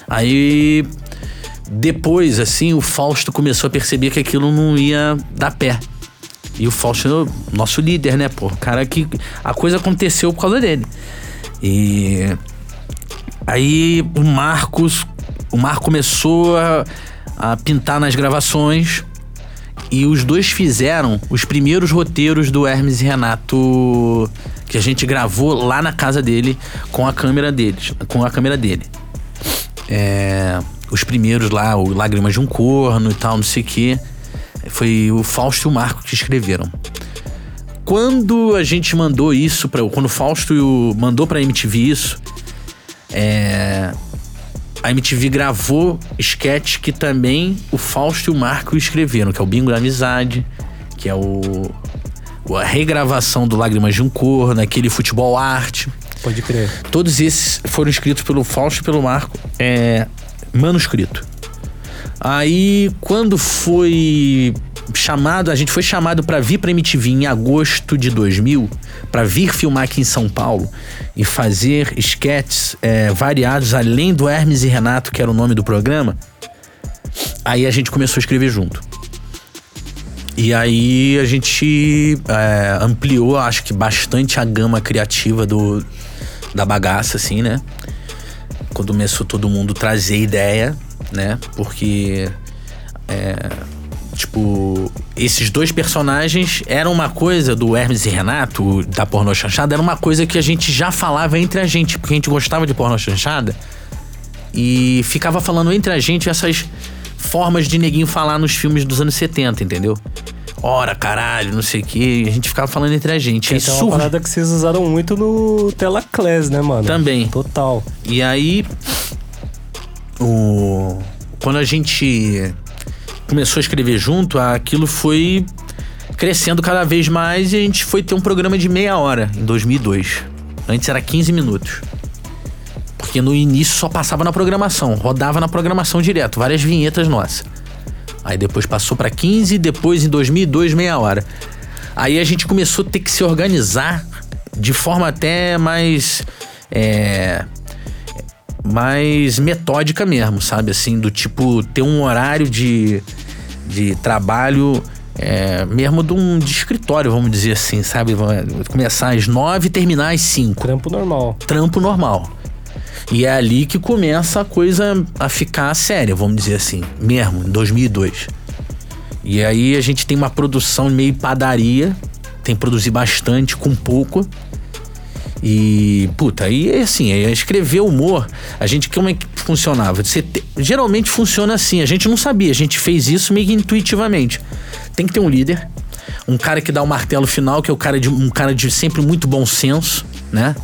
C: Aí. Depois, assim, o Fausto começou a perceber que aquilo não ia dar pé. E o Fausto é o nosso líder, né, pô? O cara que. A coisa aconteceu por causa dele. E. Aí o Marcos. O Marco começou a, a pintar nas gravações. E os dois fizeram os primeiros roteiros do Hermes e Renato que a gente gravou lá na casa dele com a câmera deles, com a câmera dele. É, os primeiros lá, o Lágrimas de um Corno e tal, não sei o quê. Foi o Fausto e o Marco que escreveram quando a gente mandou isso para quando o Fausto e o- mandou para MTV isso, é, a MTV gravou sketch que também o Fausto e o Marco escreveram, que é o Bingo da Amizade, que é o o- a regravação do Lágrimas de um Corno, aquele futebol arte.
B: Pode crer.
C: Todos esses foram escritos pelo Fausto e pelo Marco, é, manuscrito. Aí, quando foi chamado, a gente foi chamado pra vir pra MTV em agosto de 2000, pra vir filmar aqui em São Paulo e fazer esquetes é, variados, além do Hermes e Renato, que era o nome do programa. Aí a gente começou a escrever junto. E aí a gente é, ampliou, acho que bastante a gama criativa do, da bagaça, assim, né? Quando começou todo mundo trazer ideia, né? Porque, é, tipo, esses dois personagens eram uma coisa, do Hermes e Renato, da pornô chanchada, era uma coisa que a gente já falava entre a gente, porque a gente gostava de pornô chanchada e ficava falando entre a gente essas formas de neguinho falar nos filmes dos anos 70, entendeu? Ora, caralho, não sei o quê. e A gente ficava falando entre a gente. Aí
B: Então, é uma
C: surge-
B: parada que vocês usaram muito no Tela Class, né, mano?
C: Também.
B: Total.
C: E aí, o... quando a gente começou a escrever junto, aquilo foi crescendo cada vez mais e a gente foi ter um programa de meia hora em 2002. Antes era 15 minutos. Porque no início só passava na programação, rodava na programação direto, várias vinhetas nossas. Aí depois passou pra 15, depois em 2002, meia hora. Aí a gente começou a ter que se organizar de forma até mais. É, mais metódica mesmo, sabe? Assim, do tipo ter um horário de, de trabalho. é, mesmo de um de escritório, vamos dizer assim, sabe? Vai Começar às nove e terminar às cinco
B: Trampo normal.
C: trampo normal. E é ali que começa a coisa a ficar séria, vamos dizer assim, mesmo, em 2002. E aí a gente tem uma produção meio padaria, tem que produzir bastante com pouco. E, puta, aí é assim, é escrever humor, a gente, como é que funcionava? Você te- geralmente funciona assim, a gente não sabia, a gente fez isso meio que intuitivamente. Tem que ter um líder, um cara que dá o martelo final, que é o cara de, um cara de sempre muito bom senso, né?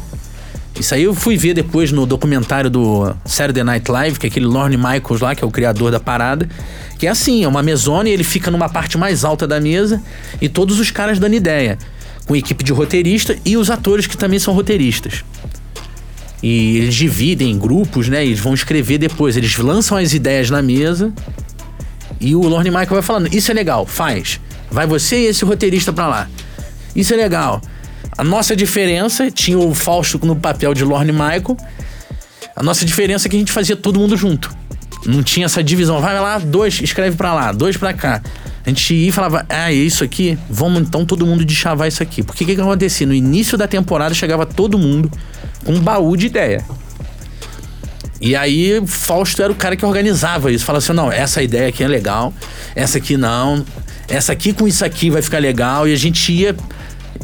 C: Isso aí eu fui ver depois no documentário do Saturday Night Live, que é aquele Lorne Michaels lá, que é o criador da parada. Que é assim, é uma mesona e ele fica numa parte mais alta da mesa e todos os caras dando ideia. Com equipe de roteirista e os atores que também são roteiristas. E eles dividem em grupos, né? E eles vão escrever depois. Eles lançam as ideias na mesa e o Lorne Michael vai falando: Isso é legal, faz. Vai você e esse roteirista pra lá. Isso é legal. A nossa diferença tinha o Fausto no papel de Lorne Michael. A nossa diferença é que a gente fazia todo mundo junto. Não tinha essa divisão. Vai lá, dois, escreve pra lá, dois pra cá. A gente ia e falava, ah, é isso aqui? Vamos então todo mundo deschavar isso aqui. Porque o que, que acontecia? No início da temporada chegava todo mundo com um baú de ideia. E aí, Fausto era o cara que organizava isso. Falava assim: não, essa ideia aqui é legal, essa aqui não, essa aqui com isso aqui vai ficar legal. E a gente ia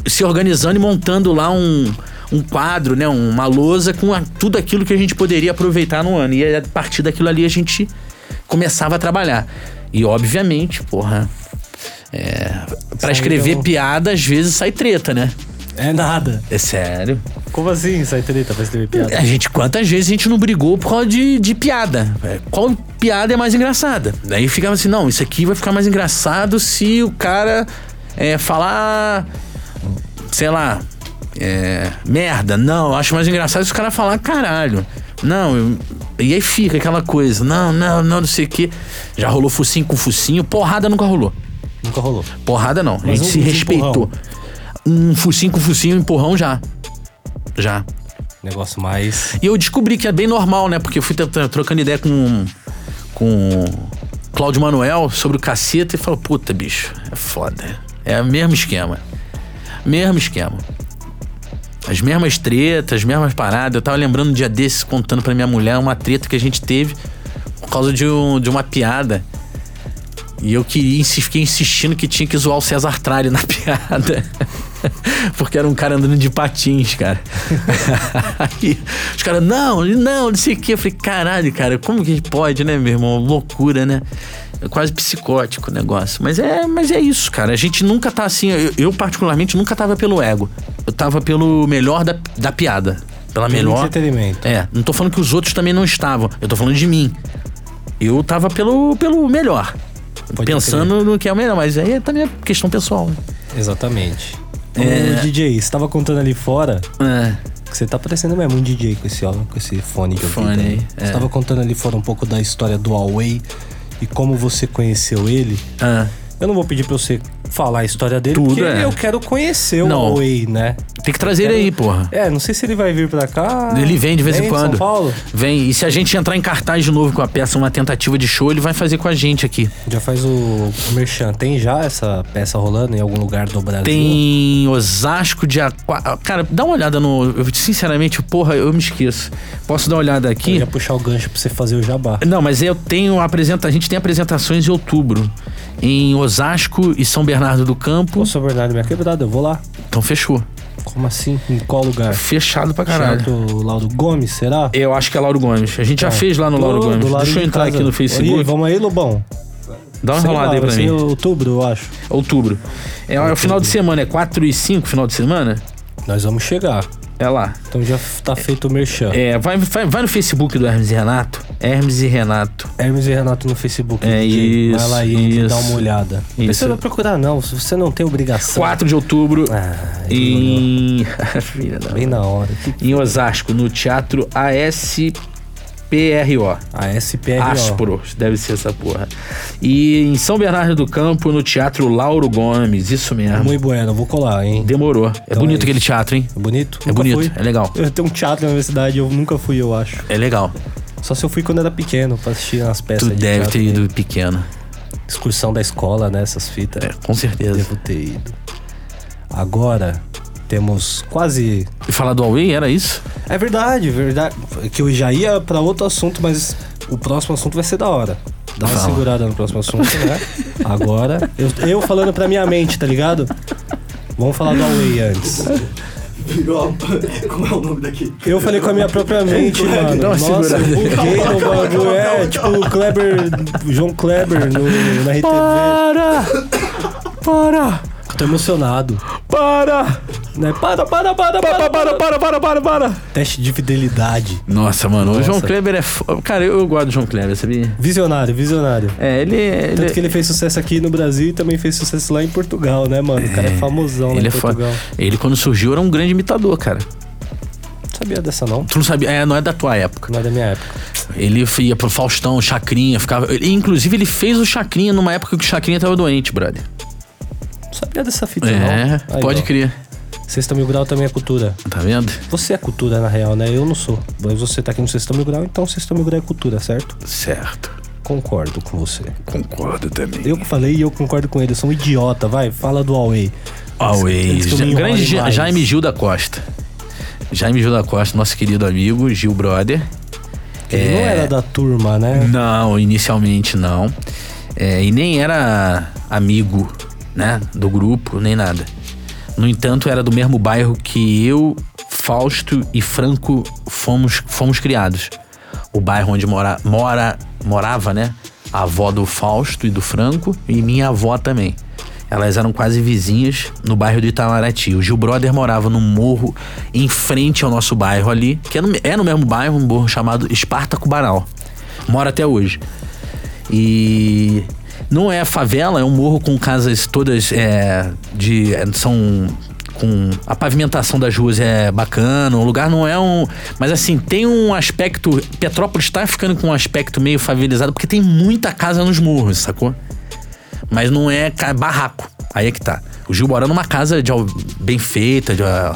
C: se organizando e montando lá um, um quadro, né? Uma lousa com a- tudo aquilo que a gente poderia aproveitar no ano. E aí, a partir daquilo ali a gente começava a trabalhar. E obviamente, porra. É, para escrever
B: um-
C: piada, às vezes sai treta, né?
B: É nada.
C: É sério.
B: Como assim sai treta pra escrever piada?
C: A gente, quantas vezes a gente não brigou por causa de, de piada? É, Qual piada é mais engraçada? Daí ficava assim, não, isso aqui vai ficar mais engraçado se o cara é, falar, sei lá, é, merda. Não, eu acho mais engraçado se o cara falar caralho. Não, eu- e aí fica aquela coisa, não, não, não, não sei o quê. Já rolou focinho com focinho, porrada nunca rolou.
B: Nunca rolou.
C: Porrada não, a
B: Mas
C: gente
B: um
C: se
B: de
C: respeitou.
B: empurrão.
C: Um focinho com focinho, um empurrão já. Já.
B: Negócio mais.
C: E eu descobri que é bem normal, né? Porque eu fui tra- tra- trocando ideia com com Cláudio Manuel sobre o caceta e falou: "Puta, bicho, é foda. É o mesmo esquema. Mesmo esquema. As mesmas tretas, as mesmas paradas. Eu tava lembrando um dia desses contando pra minha mulher uma treta que a gente teve por causa de, um- de uma piada. E eu queria, insi- fiquei insistindo que tinha que zoar o César Tralli na piada. Porque era um cara andando de patins, cara. Aí os caras, não, não, não sei o quê. Eu falei, caralho, cara, como que pode, né, meu irmão? Loucura, né? É quase psicótico o negócio. Mas é, mas é isso, cara. A gente nunca tá assim. Eu, eu, particularmente, nunca tava pelo ego. Eu tava pelo melhor da, da piada. Pela melhor.
B: entretenimento.
C: É, não tô falando que os outros também não estavam. Eu tô falando de mim. Eu tava pelo, pelo melhor.
B: Pode
C: pensando no que é o melhor, mas aí também é questão pessoal. né?
B: Exatamente. Ô, DJ, você tava contando ali fora
C: né?
B: que você tá parecendo mesmo um DJ com esse, ó, com esse fone de ouvido.
C: Fone aí,
B: né? Você
C: é.
B: tava contando ali fora um pouco da história do Huawei e como você conheceu ele.
C: Ah.
B: Eu não vou pedir pra você falar a história dele,
C: Tudo,
B: porque
C: é.
B: eu quero conhecer o
C: Não.
B: Huawei, né?
C: Tem que trazer ele aí, porra.
B: É, não sei se ele vai vir pra cá.
C: Ele vem de vez
B: pra
C: em quando.
B: São Paulo?
C: Vem. E se a gente entrar em cartaz de novo com a peça, uma tentativa de show, ele vai fazer com a gente aqui.
B: Já faz o merchan. Tem já essa peça rolando em algum lugar do Brasil?
C: Tem Osasco de Aqua... Cara, dá uma olhada no. eu, sinceramente, porra, eu me esqueço. Posso dar uma olhada
B: Eu
C: aqui?
B: ia puxar o gancho pra você fazer o jabá.
C: Não, mas eu tenho apresenta, a gente tem apresentações em outubro em Osasco e São Bernardo do Campo.
B: Ô, seu Bernardo, minha quebrada, eu vou lá.
C: Então fechou.
B: Como assim? Em qual lugar?
C: Fechado pra caralho.
B: Do Laudo Gomes, será?
C: Eu acho que é Lauro Gomes. A gente já fez lá no Lauro
B: Então, Do- do
C: Gomes.
B: lado
C: Deixa eu
B: de
C: entrar
B: casa.
C: aqui no
B: Aí,
C: Facebook.
B: vamos aí, Lobão.
C: Dá uma
B: Sei
C: enrolada
B: lá,
C: aí pra
B: vai
C: mim.
B: ser em outubro, eu acho.
C: Outubro. É, é o final de semana, é 4 e 5 final de semana?
B: Nós vamos chegar.
C: É lá.
B: Então já f- tá feito o merchan.
C: É, vai, vai, vai no Facebook do Hermes e Renato. Hermes e Renato.
B: Hermes e Renato no Facebook.
C: É
B: DJ. Vai lá e entra e dá
C: isso,
B: uma olhada. Não
C: isso.
B: precisa procurar, não. Se Você não tem obrigação.
C: 4 de outubro
B: Ah, e...
C: em. Filha da
B: Bem na hora. Que-
C: Em Osasco, no Teatro ASPRO.
B: A
C: É,
B: SPR.
C: Áspero, deve ser essa porra. E em São Bernardo do Campo, no Teatro Lauro Gomes, isso mesmo.
B: Muito bueno, vou colar, hein?
C: Demorou. É
B: Então é
C: bonito
B: isso.
C: aquele teatro, hein?
B: É bonito?
C: É bonito, é legal.
B: Eu tenho um teatro na universidade, eu nunca fui, eu acho.
C: É legal. é
B: Só se eu fui quando era pequeno, pra assistir as peças
C: Tu
B: de
C: deve
B: teatro,
C: ter
B: né?
C: ido pequeno.
B: Excursão da escola, né? Essas fitas.
C: É, com certeza.
B: Devo ter ido. Agora, temos quase.
C: E falar do Huawei, era isso?
B: É verdade, verdade. Que eu já ia pra outro assunto, mas o próximo assunto vai ser da hora. Dá uma
C: Fala.
B: segurada no próximo assunto, né? Agora, eu, eu falando pra minha mente, tá ligado? Vamos falar do Huawei antes.
E: Virou a... Como é o nome daqui? É,
B: Eu falei com a minha própria mente, mano.
C: dá uma
B: Nossa, eu
C: segurada.
B: buguei no bagulho. É, tipo o Kleber, João Kleber no, na RTV.
C: Para! Para!
B: Tô emocionado.
C: Para!
B: Né? Para, para, para, para, para,
C: para, para, para, para!
B: Teste de fidelidade.
C: Nossa, mano, o João
B: Nossa.
C: Kleber é. Fo... Cara, eu, eu gosto do João Kleber, sabia?
B: Visionário, visionário.
C: É, ele. ele...
B: Tanto que ele fez sucesso aqui no Brasil e também fez sucesso lá em Portugal, né, mano? O cara é famosão lá
C: Ele
B: em
C: é foda.
B: Portugal.
C: Ele, quando surgiu, era um grande imitador, cara.
B: sabia dessa, não.
C: Tu não sabia? É, não é da tua época.
B: Não é da minha época.
C: Ele ia pro Faustão, Chacrinha, ficava. ele- inclusive, ele fez o Chacrinha numa época que o Chacrinha tava doente, brother.
B: Não sabia dessa fita,
C: É,
B: não. Aí,
C: pode
B: ó.
C: crer.
B: Sexta Mil Grau também é cultura.
C: Tá vendo?
B: Você é cultura, na real, né? Eu não sou. Mas você tá aqui no Sexta Mil Grau, então Sexta Mil Grau é cultura, certo?
C: Certo.
B: Concordo com você.
C: Concordo também.
B: Eu que falei e eu concordo com ele. Eu sou um idiota, vai. Fala do Huawei.
C: Always.
B: Eles que
C: Ja-
B: me enrolam
C: grande Ja-
B: demais.
C: Jaime Gil da Costa. Jaime Gil da Costa, nosso querido amigo, Gil Brother.
B: Ele
C: É.
B: não era da turma, né?
C: Não, inicialmente não. É, e nem era amigo, né? Do grupo, nem nada. No entanto, era do mesmo bairro que eu, Fausto e Franco fomos, fomos criados. O bairro onde mora, mora, morava, né? A avó do Fausto e do Franco e minha avó também. Elas eram quase vizinhas no bairro do Itamaraty. O Gil Brother morava num morro em frente ao nosso bairro ali, que é no, é no mesmo bairro, um morro chamado Espartaco Banal. Mora até hoje. E não é favela, é um morro com casas todas é, de é, são com a pavimentação das ruas é bacana, o lugar não é um, mas assim, tem um aspecto Petrópolis tá ficando com um aspecto meio favelizado porque tem muita casa nos morros, sacou? Mas não é ca- barraco. Aí é que tá. O Gil mora numa casa de al- bem feita, de ah,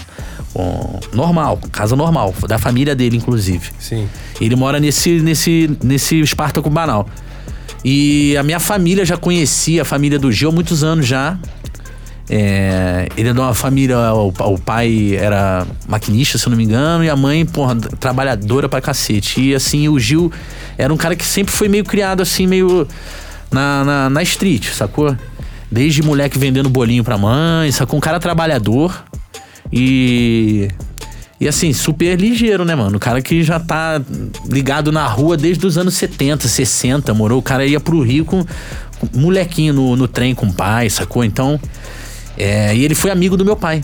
C: um- normal, casa normal, da família dele inclusive.
B: Sim.
C: Ele mora nesse, nesse, nesse Espartaco Banal. E a minha família já conhecia a família do Gil há muitos anos já. É, ele é de uma família, o, pa- o pai era maquinista, se eu não me engano, e a mãe, porra, trabalhadora pra cacete. E assim, o Gil era um cara que sempre foi meio criado assim, meio na, na, na street, sacou? Desde moleque vendendo bolinho pra mãe, sacou? Um cara trabalhador e e assim, super ligeiro, né, mano? O cara que já tá ligado na rua desde os anos 70, 60, morou. O cara ia pro Rio com, com molequinho no, no trem com o pai, sacou? Então. é, e ele foi amigo do meu pai.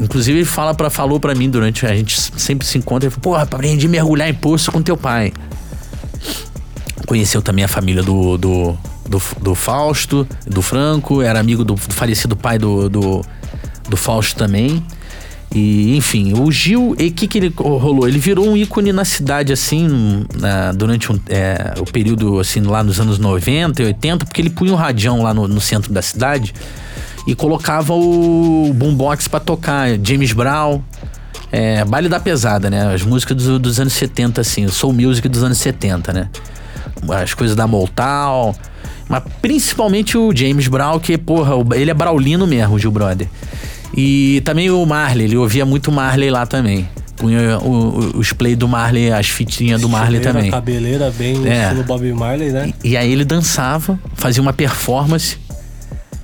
C: Inclusive, ele fala pra, falou pra mim durante. A gente sempre se encontra. Ele falou: Porra, aprendi a mergulhar em poço com teu pai. Conheceu também a família do, do, do, do Fausto, do Franco, era amigo do, do falecido pai do, do, do Fausto também. E, enfim, o Gil, e o que, que ele rolou? Ele virou um ícone na cidade, assim, na- durante um, é, o período, assim, lá nos anos 90 e 80, porque ele punha um radião lá no, no centro da cidade e colocava o boombox pra tocar, James Brown, é, baile da pesada, né? As músicas dos, dos anos 70, assim, soul music dos anos 70, né? As coisas da Motown, mas principalmente o James Brown, que, porra, o- ele é braulino mesmo, o Gil Brother. E também o Marley, ele ouvia muito Marley lá também. Punha o- o- os play do Marley, as fitinhas do Marley
B: Cabeleira,
C: também.
B: Cabeleira bem
C: É.
B: estilo Bob Marley, né?
C: E aí ele dançava, fazia uma performance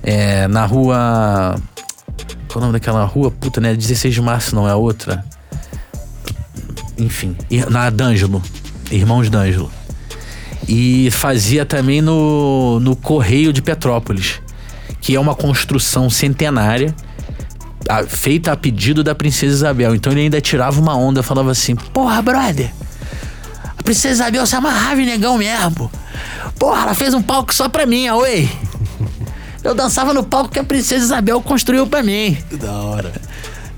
C: é, na rua. Qual é o nome daquela rua? Puta, né? 16 de março, não, é a outra. Enfim, e- na D'Angelo. Irmãos D'Angelo. E fazia também no, no Correio de Petrópolis, que é uma construção centenária a- feita a pedido da Princesa Isabel. Então ele ainda tirava uma onda, falava assim: Porra, brother, a Princesa Isabel se amarrava em negão mesmo. Porra, ela fez um palco só pra mim, oi. Eu dançava no palco que a Princesa Isabel construiu pra mim.
B: Da hora.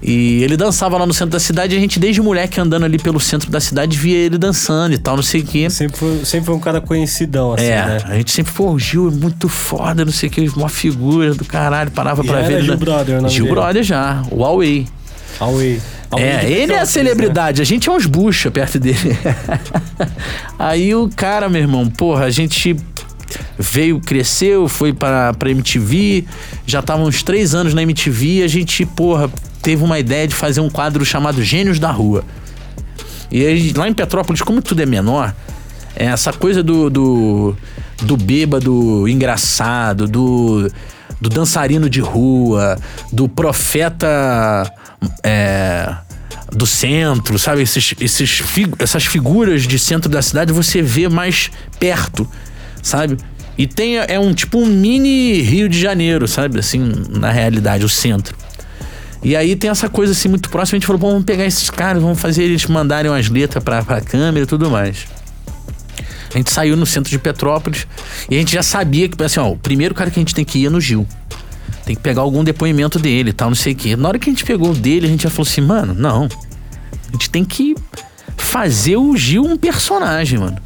C: E ele dançava lá no centro da cidade, e a gente desde moleque andando ali pelo centro da cidade via ele dançando e tal, não sei o quê.
B: Sempre foi, sempre foi um cara conhecidão, assim,
C: é,
B: né?
C: a gente sempre, pô, o Gil é muito foda, não sei o que, uma figura do caralho, parava
B: E
C: pra
B: era
C: ver. ele
B: Gil
C: dan-
B: Brother o nome
C: Gil
B: dele.
C: Brother já, o Huawei.
B: Huawei. Huawei de né?
C: É, ele é a
B: Petrópolis,
C: celebridade, a gente é uns bucha perto dele. Aí o cara, meu irmão, porra, a gente veio, cresceu, foi pra, pra MTV, já tava uns três anos na MTV, a gente, porra, teve uma ideia de fazer um quadro chamado Gênios da Rua. E aí, lá em Petrópolis, como tudo é menor, é essa coisa do, do, do bêbado engraçado, do, do dançarino de rua, do profeta é, do centro, sabe? Esses, esses fi- essas figuras de centro da cidade você vê mais perto, sabe? E tem, é um tipo um mini Rio de Janeiro, sabe? Assim, na realidade, o centro. E aí tem essa coisa assim muito próxima, a gente falou, pô, vamos pegar esses caras, vamos fazer eles mandarem umas letras pra, pra câmera e tudo mais. A gente saiu no centro de Petrópolis e a gente já sabia que, assim, ó, o primeiro cara que a gente tem que ir é no Gil. Tem que pegar algum depoimento dele e tal, não sei o quê. Na hora que a gente pegou o dele, a gente já falou assim, mano, não. A gente tem que fazer o Gil um personagem, mano.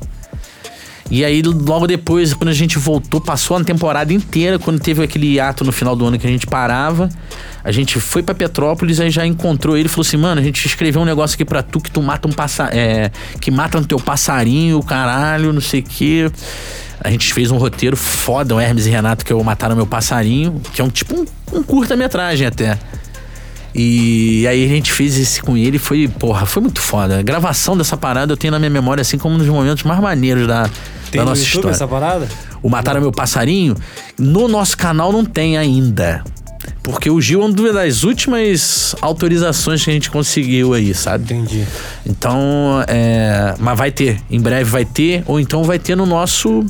C: E aí, logo depois, quando a gente voltou, passou a temporada inteira, quando teve aquele hiato no final do ano que a gente parava, a gente foi pra Petrópolis, aí já encontrou ele e falou assim: mano, a gente escreveu um negócio aqui pra tu que tu mata um passa é, que mata um teu passarinho, caralho, não sei o quê. A gente fez um roteiro foda, o Hermes e Renato, que eu mataram meu passarinho, que é um tipo um, um curta-metragem até. E aí a gente fez esse com ele, foi, porra, foi muito foda. A gravação dessa parada eu tenho na minha memória assim como um dos momentos mais maneiros da,
B: Tem
C: da
B: no
C: nossa
B: YouTube
C: história.
B: essa parada?
C: O Mataram Meu Passarinho, no nosso canal não tem ainda. Porque o Gil é uma das últimas autorizações que a gente conseguiu aí, sabe?
B: Entendi.
C: Então, é. Mas vai ter. Em breve vai ter, ou então vai ter no nosso.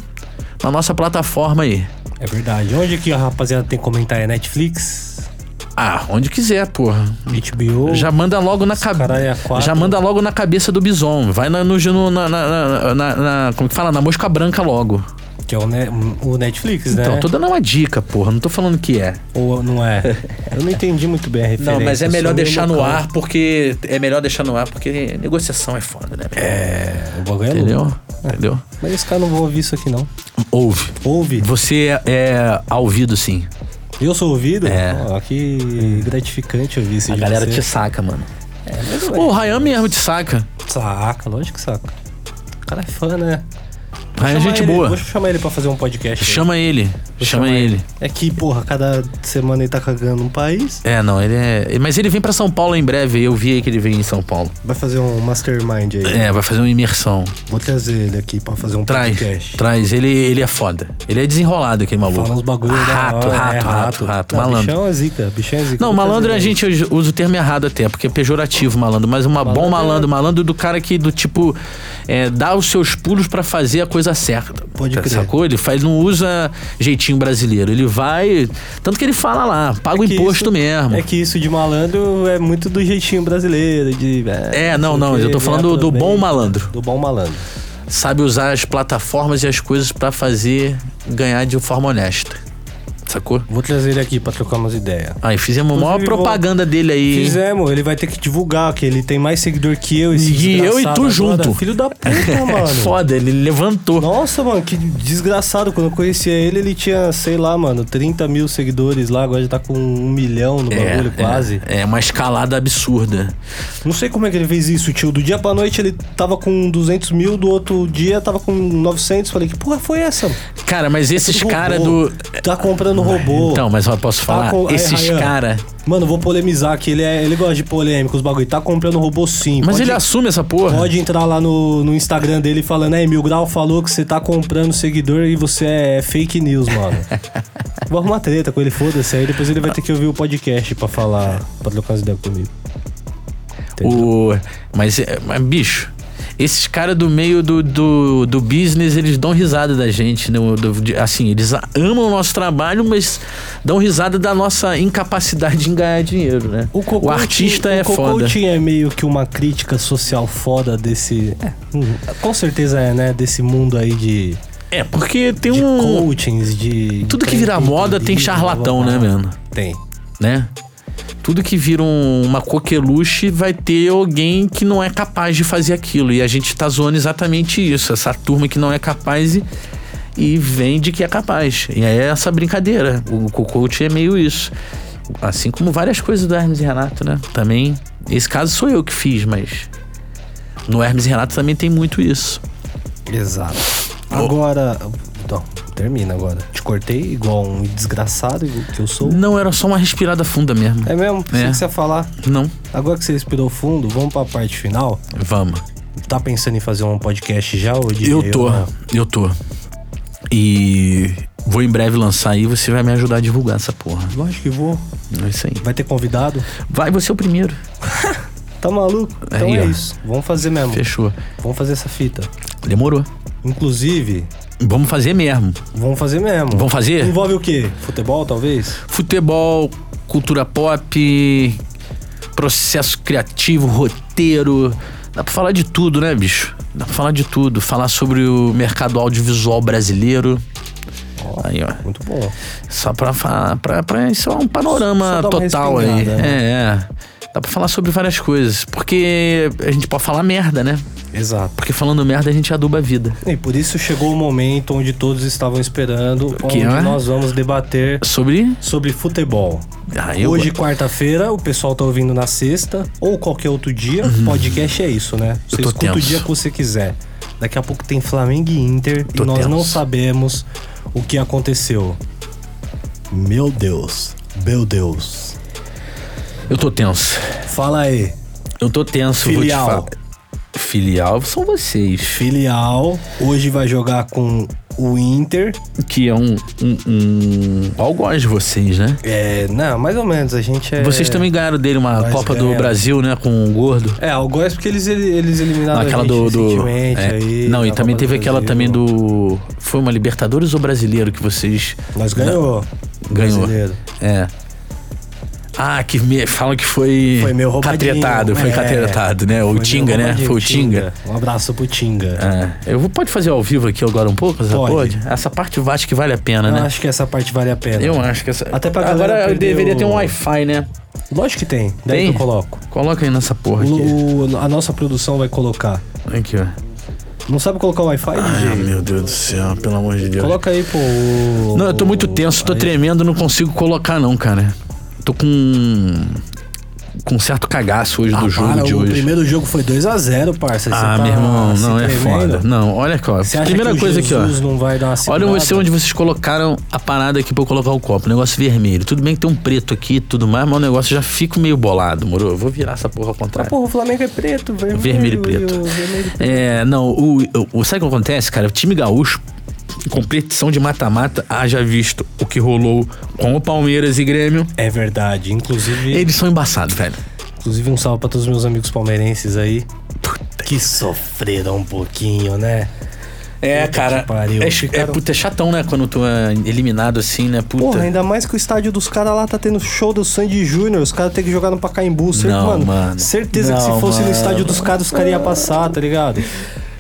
C: Na nossa plataforma aí.
B: É verdade. Onde que a rapaziada tem que comentar? É Netflix?
C: Ah, onde quiser, porra.
B: HBO?
C: Já manda logo na
B: caralho é
C: cabeça.
B: quatro.
C: Já manda logo na cabeça do bison. Vai na, no, no- na, na- na- na- na- Como que fala? Na mosca branca logo.
B: Que é o, ne- o Netflix, né?
C: Então, tô dando uma dica, porra. Não tô falando que é.
B: Ou não é? Eu não entendi muito bem a referência.
C: Não, mas é
B: eu sou
C: melhor
B: meio
C: deixar no
B: loucão.
C: ar, porque. É melhor deixar no ar, porque negociação é foda, né?
B: O bagulho é louco.
C: Entendeu? Entendeu?
B: Mas os caras não vão ouvir isso aqui, não.
C: Ouve.
B: Ouve.
C: Você é ouvido, sim.
B: Eu sou ouvido?
C: É.
B: Ó, que gratificante ouvir isso
C: A
B: de
C: galera
B: você.
C: te saca, mano. Pô, o Ryan mesmo te saca.
B: Saca, lógico que saca. O cara é fã, né? Vou
C: Ryan é
B: chamar
C: gente
B: ele-
C: boa.
B: Vou chamar ele pra fazer um podcast. aí.
C: Chama ele.
B: Vou
C: Chama
B: chamar
C: ele.
B: É que, porra, cada semana ele tá cagando um país.
C: É, não, ele é. Mas ele vem pra São Paulo em breve. Eu vi aí que ele vem em São Paulo.
B: Vai fazer um mastermind aí.
C: É, vai fazer uma imersão.
B: Vou trazer ele aqui pra fazer um
C: Traz,
B: podcast.
C: traz. Ele, ele é foda. Ele é desenrolado, aquele maluco.
B: Fala uns bagulho da
C: rato, rato,
B: hora,
C: rato,
B: é,
C: rato,
B: Não,
C: malandro.
B: Bichão é zica, bichão é zica.
C: Não,
B: Vou
C: malandro
B: trazer
C: a
B: ele.
C: gente usa o termo errado até, porque é pejorativo malandro, mas um
B: é-
C: bom malandro, malandro do cara que do tipo é, dá os seus pulos pra fazer a coisa certa.
B: Pode
C: Tá,
B: crer.
C: Sacou? Ele faz, não usa jeitinho brasileiro. Ele vai. Tanto que ele fala lá, paga o
B: que
C: imposto
B: isso-
C: mesmo.
B: É que isso de malandro é muito do jeitinho brasileiro, de...
C: É,
B: sei
C: não,
B: o
C: não,
B: quê,
C: eu tô falando
B: ganhar é
C: do
B: também.
C: bom malandro.
B: Do bom malandro.
C: Sabe usar as plataformas e as coisas pra fazer ganhar de forma honesta. Sacou?
B: Vou trazer ele aqui pra trocar umas ideias.
C: Aí fizemos a maior
B: Inclusive,
C: propaganda dele aí. hein?
B: Fizemos, ele vai ter que divulgar que ele tem mais seguidor que eu. Esse
C: E eu e
B: desgraçado
C: tu
B: agora.
C: junto.
B: Filho da puta,
C: É
B: mano.
C: foda, ele levantou.
B: Nossa, mano, que desgraçado. Quando eu conhecia ele, ele tinha, sei lá, mano, 30 mil seguidores lá. Agora já tá com um milhão no bagulho, quase.
C: É, é uma escalada absurda.
B: Não sei como é que ele fez isso, tio. Do dia pra noite ele tava com 200 mil, do outro dia tava com 900. Falei, que porra foi essa? Tá
C: Cara, mas esses
B: Robô.
C: caras do.
B: Tá comprando robô.
C: Então, mas eu posso falar?
B: Tá com- aí,
C: esses
B: Ryan.
C: caras.
B: Mano, vou polemizar aqui. Ele, é- ele gosta de polêmica, os bagulho. Tá comprando robô sim.
C: Mas
B: Pode-
C: ele assume essa porra.
B: Pode entrar lá no, no Instagram dele falando, aí, Mil Grau falou que você tá comprando seguidor e você é fake news, mano. Vou arrumar treta com ele, foda-se. Aí depois ele vai ter que ouvir o podcast pra falar, pra trocar as ideias comigo.
C: O... Mas, é- mas, bicho. Esses caras do meio do, do, do business, eles dão risada da gente. né? O- do- de- assim, eles a- amam o nosso trabalho, mas dão risada da nossa incapacidade em ganhar dinheiro, né?
B: Cocô
C: artista
B: Tim-
C: é
B: o Cocô
C: foda.
B: Tim é meio que uma crítica social foda desse. é, hum, com certeza é, né? Desse mundo aí de,
C: É, porque tem
B: de
C: um.
B: coachings, de.
C: Tudo que vira moda tem charlatão, né, mano?
B: Tem.
C: né? Tudo que vira um- uma coqueluche vai ter alguém que não é capaz de fazer aquilo. E a gente tá zoando exatamente isso. Essa turma que não é capaz e, e vende que é capaz. E é essa brincadeira. O coach é meio isso. Assim como várias coisas do Hermes e Renato, né? Também. Esse caso sou eu que fiz, mas. No Hermes e Renato também tem muito isso.
B: Exato. Agora. Não, termina agora. Te cortei igual um desgraçado que eu sou.
C: Não, era só uma respirada funda mesmo.
B: É mesmo? Pensei
C: É.
B: que você ia falar.
C: Não.
B: Agora que você respirou fundo, vamos pra parte final.
C: Vamos.
B: Tá pensando em fazer um podcast já hoje?
C: Eu né? tô,
B: Ah.
C: eu tô. E vou em breve lançar aí, você vai me ajudar a divulgar essa porra.
B: Lógico que vou.
C: É isso aí.
B: Vai ter convidado?
C: Vai, você é o primeiro.
B: Tá maluco? Então
C: Aí,
B: é
C: ó.
B: isso. Vamos fazer mesmo.
C: Fechou.
B: Vamos fazer essa fita.
C: Demorou.
B: Inclusive,
C: Vamos fazer mesmo.
B: vamos fazer mesmo.
C: Vamos fazer?
B: Envolve o quê? Futebol, talvez?
C: Futebol, cultura pop, processo criativo, roteiro. Dá pra falar de tudo, né, bicho? Dá pra falar de tudo. Falar sobre o mercado audiovisual brasileiro. Aí, ó.
B: Muito bom.
C: Só pra falar. Pra, pra, isso é um panorama
B: Só dar uma
C: total aí.
B: respingada, né?
C: É, é. Dá pra falar sobre várias coisas. Porque a gente pode falar merda, né?
B: Exato.
C: Porque falando merda a gente aduba a vida.
B: E por isso chegou o momento onde todos estavam esperando,
C: Que
B: onde
C: é?
B: nós vamos debater
C: Sobre.
B: sobre futebol.
C: Ah, eu
B: Hoje,
C: gosto.
B: quarta-feira, o pessoal tá ouvindo na sexta ou qualquer outro dia. Podcast é isso, né? Você
C: Uhum. Eu tô
B: escuta o
C: tenso.
B: dia que você quiser. Daqui a pouco tem Flamengo e Inter
C: tô
B: e nós não
C: tenso.
B: sabemos o que aconteceu. Meu Deus, meu Deus.
C: Eu tô tenso.
B: Fala aí,
C: Eu tô tenso,
B: Filial.
C: vou te falar. Filial são vocês.
B: filial, hoje vai jogar com o Inter.
C: Que é um. um, um algoz de vocês, né?
B: É, não, mais ou menos, a gente é.
C: Vocês também ganharam dele uma
B: Nós
C: Copa do
B: ganhamos.
C: Brasil, né? Com o gordo.
B: É, algoz porque eles, eles eliminaram
C: aquela
B: a gente
C: do. do
B: Ah, recentemente
C: é.
B: aí.
C: não, e
B: na
C: também
B: Copa do
C: teve aquela
B: Brasil.
C: também do. Foi uma Libertadores ou brasileiro que vocês.
B: Nós ganhou.
C: Ganhou.
B: Brasileiro.
C: É. Ah, que me, falam que foi.
B: Foi meio roubadinho.
C: Catretado, foi
B: É.
C: catretado, né? O
B: Foi
C: Tinga,
B: meio
C: né?
B: roubadinho,
C: Foi o Tinga.
B: Um abraço pro Tinga.
C: É. Eu vou, pode fazer ao vivo aqui agora um pouco? Essa,
B: Pode.
C: pode? essa parte eu acho que vale a pena,
B: Eu
C: né?
B: acho que essa parte vale a pena.
C: Eu acho que essa.
B: Até pra galera
C: Agora eu
B: perder
C: deveria
B: o-
C: ter um Wi-Fi, né?
B: Lógico que tem. Daí
C: Tem?
B: que eu coloco.
C: Coloca aí nessa porra aqui.
B: O- o- a nossa produção vai colocar.
C: Aqui, ó.
B: Não sabe colocar o Wi-Fi,
C: Ah,
B: DJ?
C: meu Deus do céu, pelo amor de Deus.
B: Coloca aí, pô. o-
C: Não, eu tô muito
B: o-
C: tenso, tô
B: aí.
C: tremendo, não consigo colocar não, cara. Tô com com um certo cagaço hoje
B: Ah,
C: do jogo
B: para,
C: de
B: o
C: hoje.
B: primeiro jogo foi 2x0, parça. Você
C: Ah,
B: tá
C: meu irmão,
B: se
C: não é
B: tremendo?
C: foda. Não, olha aqui, ó.
B: Você acha
C: Primeira
B: que o
C: coisa aqui, ó.
B: Jesus não vai dar uma
C: Olha
B: segurada?
C: você onde vocês colocaram a parada aqui pra eu colocar o copo. Negócio vermelho. Tudo bem que tem um preto aqui e tudo mais, mas o negócio já fica meio bolado, moro? Eu vou virar essa porra ao contrário.
B: Porra, o Flamengo é preto, vermelho.
C: Vermelho e preto.
B: o vermelho e preto.
C: É, não, o, o, o- sabe o que acontece, cara? O time gaúcho, competição de mata-mata, haja visto o que rolou com o Palmeiras e Grêmio.
B: É verdade. Inclusive,
C: Eles são embaçados, velho.
B: inclusive um salve pra todos os meus amigos palmeirenses aí. Que sofreram um pouquinho, né?
C: É, cara.
B: que pariu.
C: É, é,
B: Ficaram-
C: puta, é chatão, né? Quando tu é eliminado assim, né? Puta.
B: Porra, ainda mais que o estádio dos caras lá tá tendo show do Sandy Júnior. Os caras tem que jogar no Pacaembu. Cer-
C: Não,
B: mano,
C: mano.
B: Certeza que
C: Não,
B: se fosse
C: mano.
B: no estádio dos caras, os caras iam passar, tá ligado?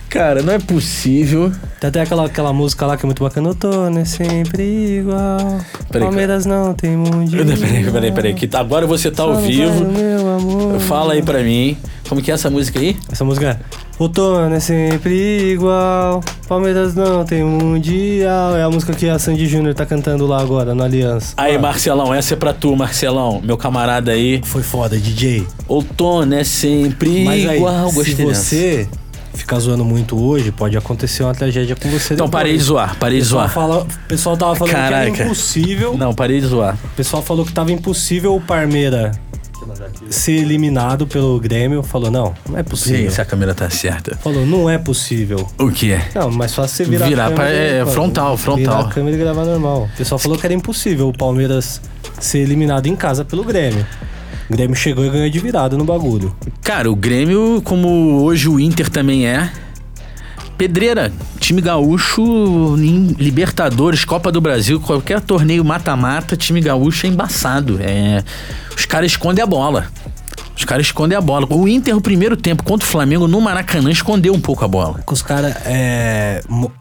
C: Cara, não é possível.
B: Tem até aquela, aquela música lá que é muito bacana. O Tony é sempre igual.
C: Peraí,
B: Palmeiras não tem mundial.
C: Peraí, peraí, peraí. Que tá- agora você tá ao
B: Fala, vai,
C: vivo.
B: meu amor.
C: Fala aí pra mim. Como que é essa música aí?
B: Essa música é. Outono é sempre igual, Palmeiras não tem mundial. É a música que a Sandy Júnior tá cantando lá agora, no Aliança.
C: Aí, Marcelão, essa é pra tu, Marcelão, meu camarada aí.
B: Foi foda, DJ.
C: Outono é sempre
B: Mas aí,
C: igual.
B: se
C: Gostei dessa.
B: você ficar zoando muito hoje, pode acontecer uma tragédia com você
C: Então,
B: depois.
C: parei de zoar, parei de
B: Pessoal
C: zoar.
B: fala- O pessoal tava falando que
C: Caraca.
B: era impossível.
C: Não, parei de zoar.
B: O pessoal falou que tava impossível o Parmeira ser eliminado pelo Grêmio. Falou, não, não é possível.
C: Sim, se a câmera tá certa.
B: Falou, não é possível.
C: O que é?
B: Não, mas só você virar,
C: Virar
B: a
C: pra-
B: câmera.
C: é,
B: mano.
C: frontal, frontal.
B: Virar a câmera e gravar normal. O pessoal falou que era impossível o Palmeiras ser eliminado em casa pelo Grêmio. O Grêmio chegou e ganhou de virada no bagulho.
C: Cara, o Grêmio, como hoje o Inter também é, pedreira, time gaúcho, em Libertadores, Copa do Brasil, qualquer torneio mata-mata, time gaúcho é embaçado. É, os caras escondem a bola. Os caras escondem a bola. O Inter, o primeiro tempo contra o Flamengo, no Maracanã, escondeu um pouco a bola.
B: Que os caras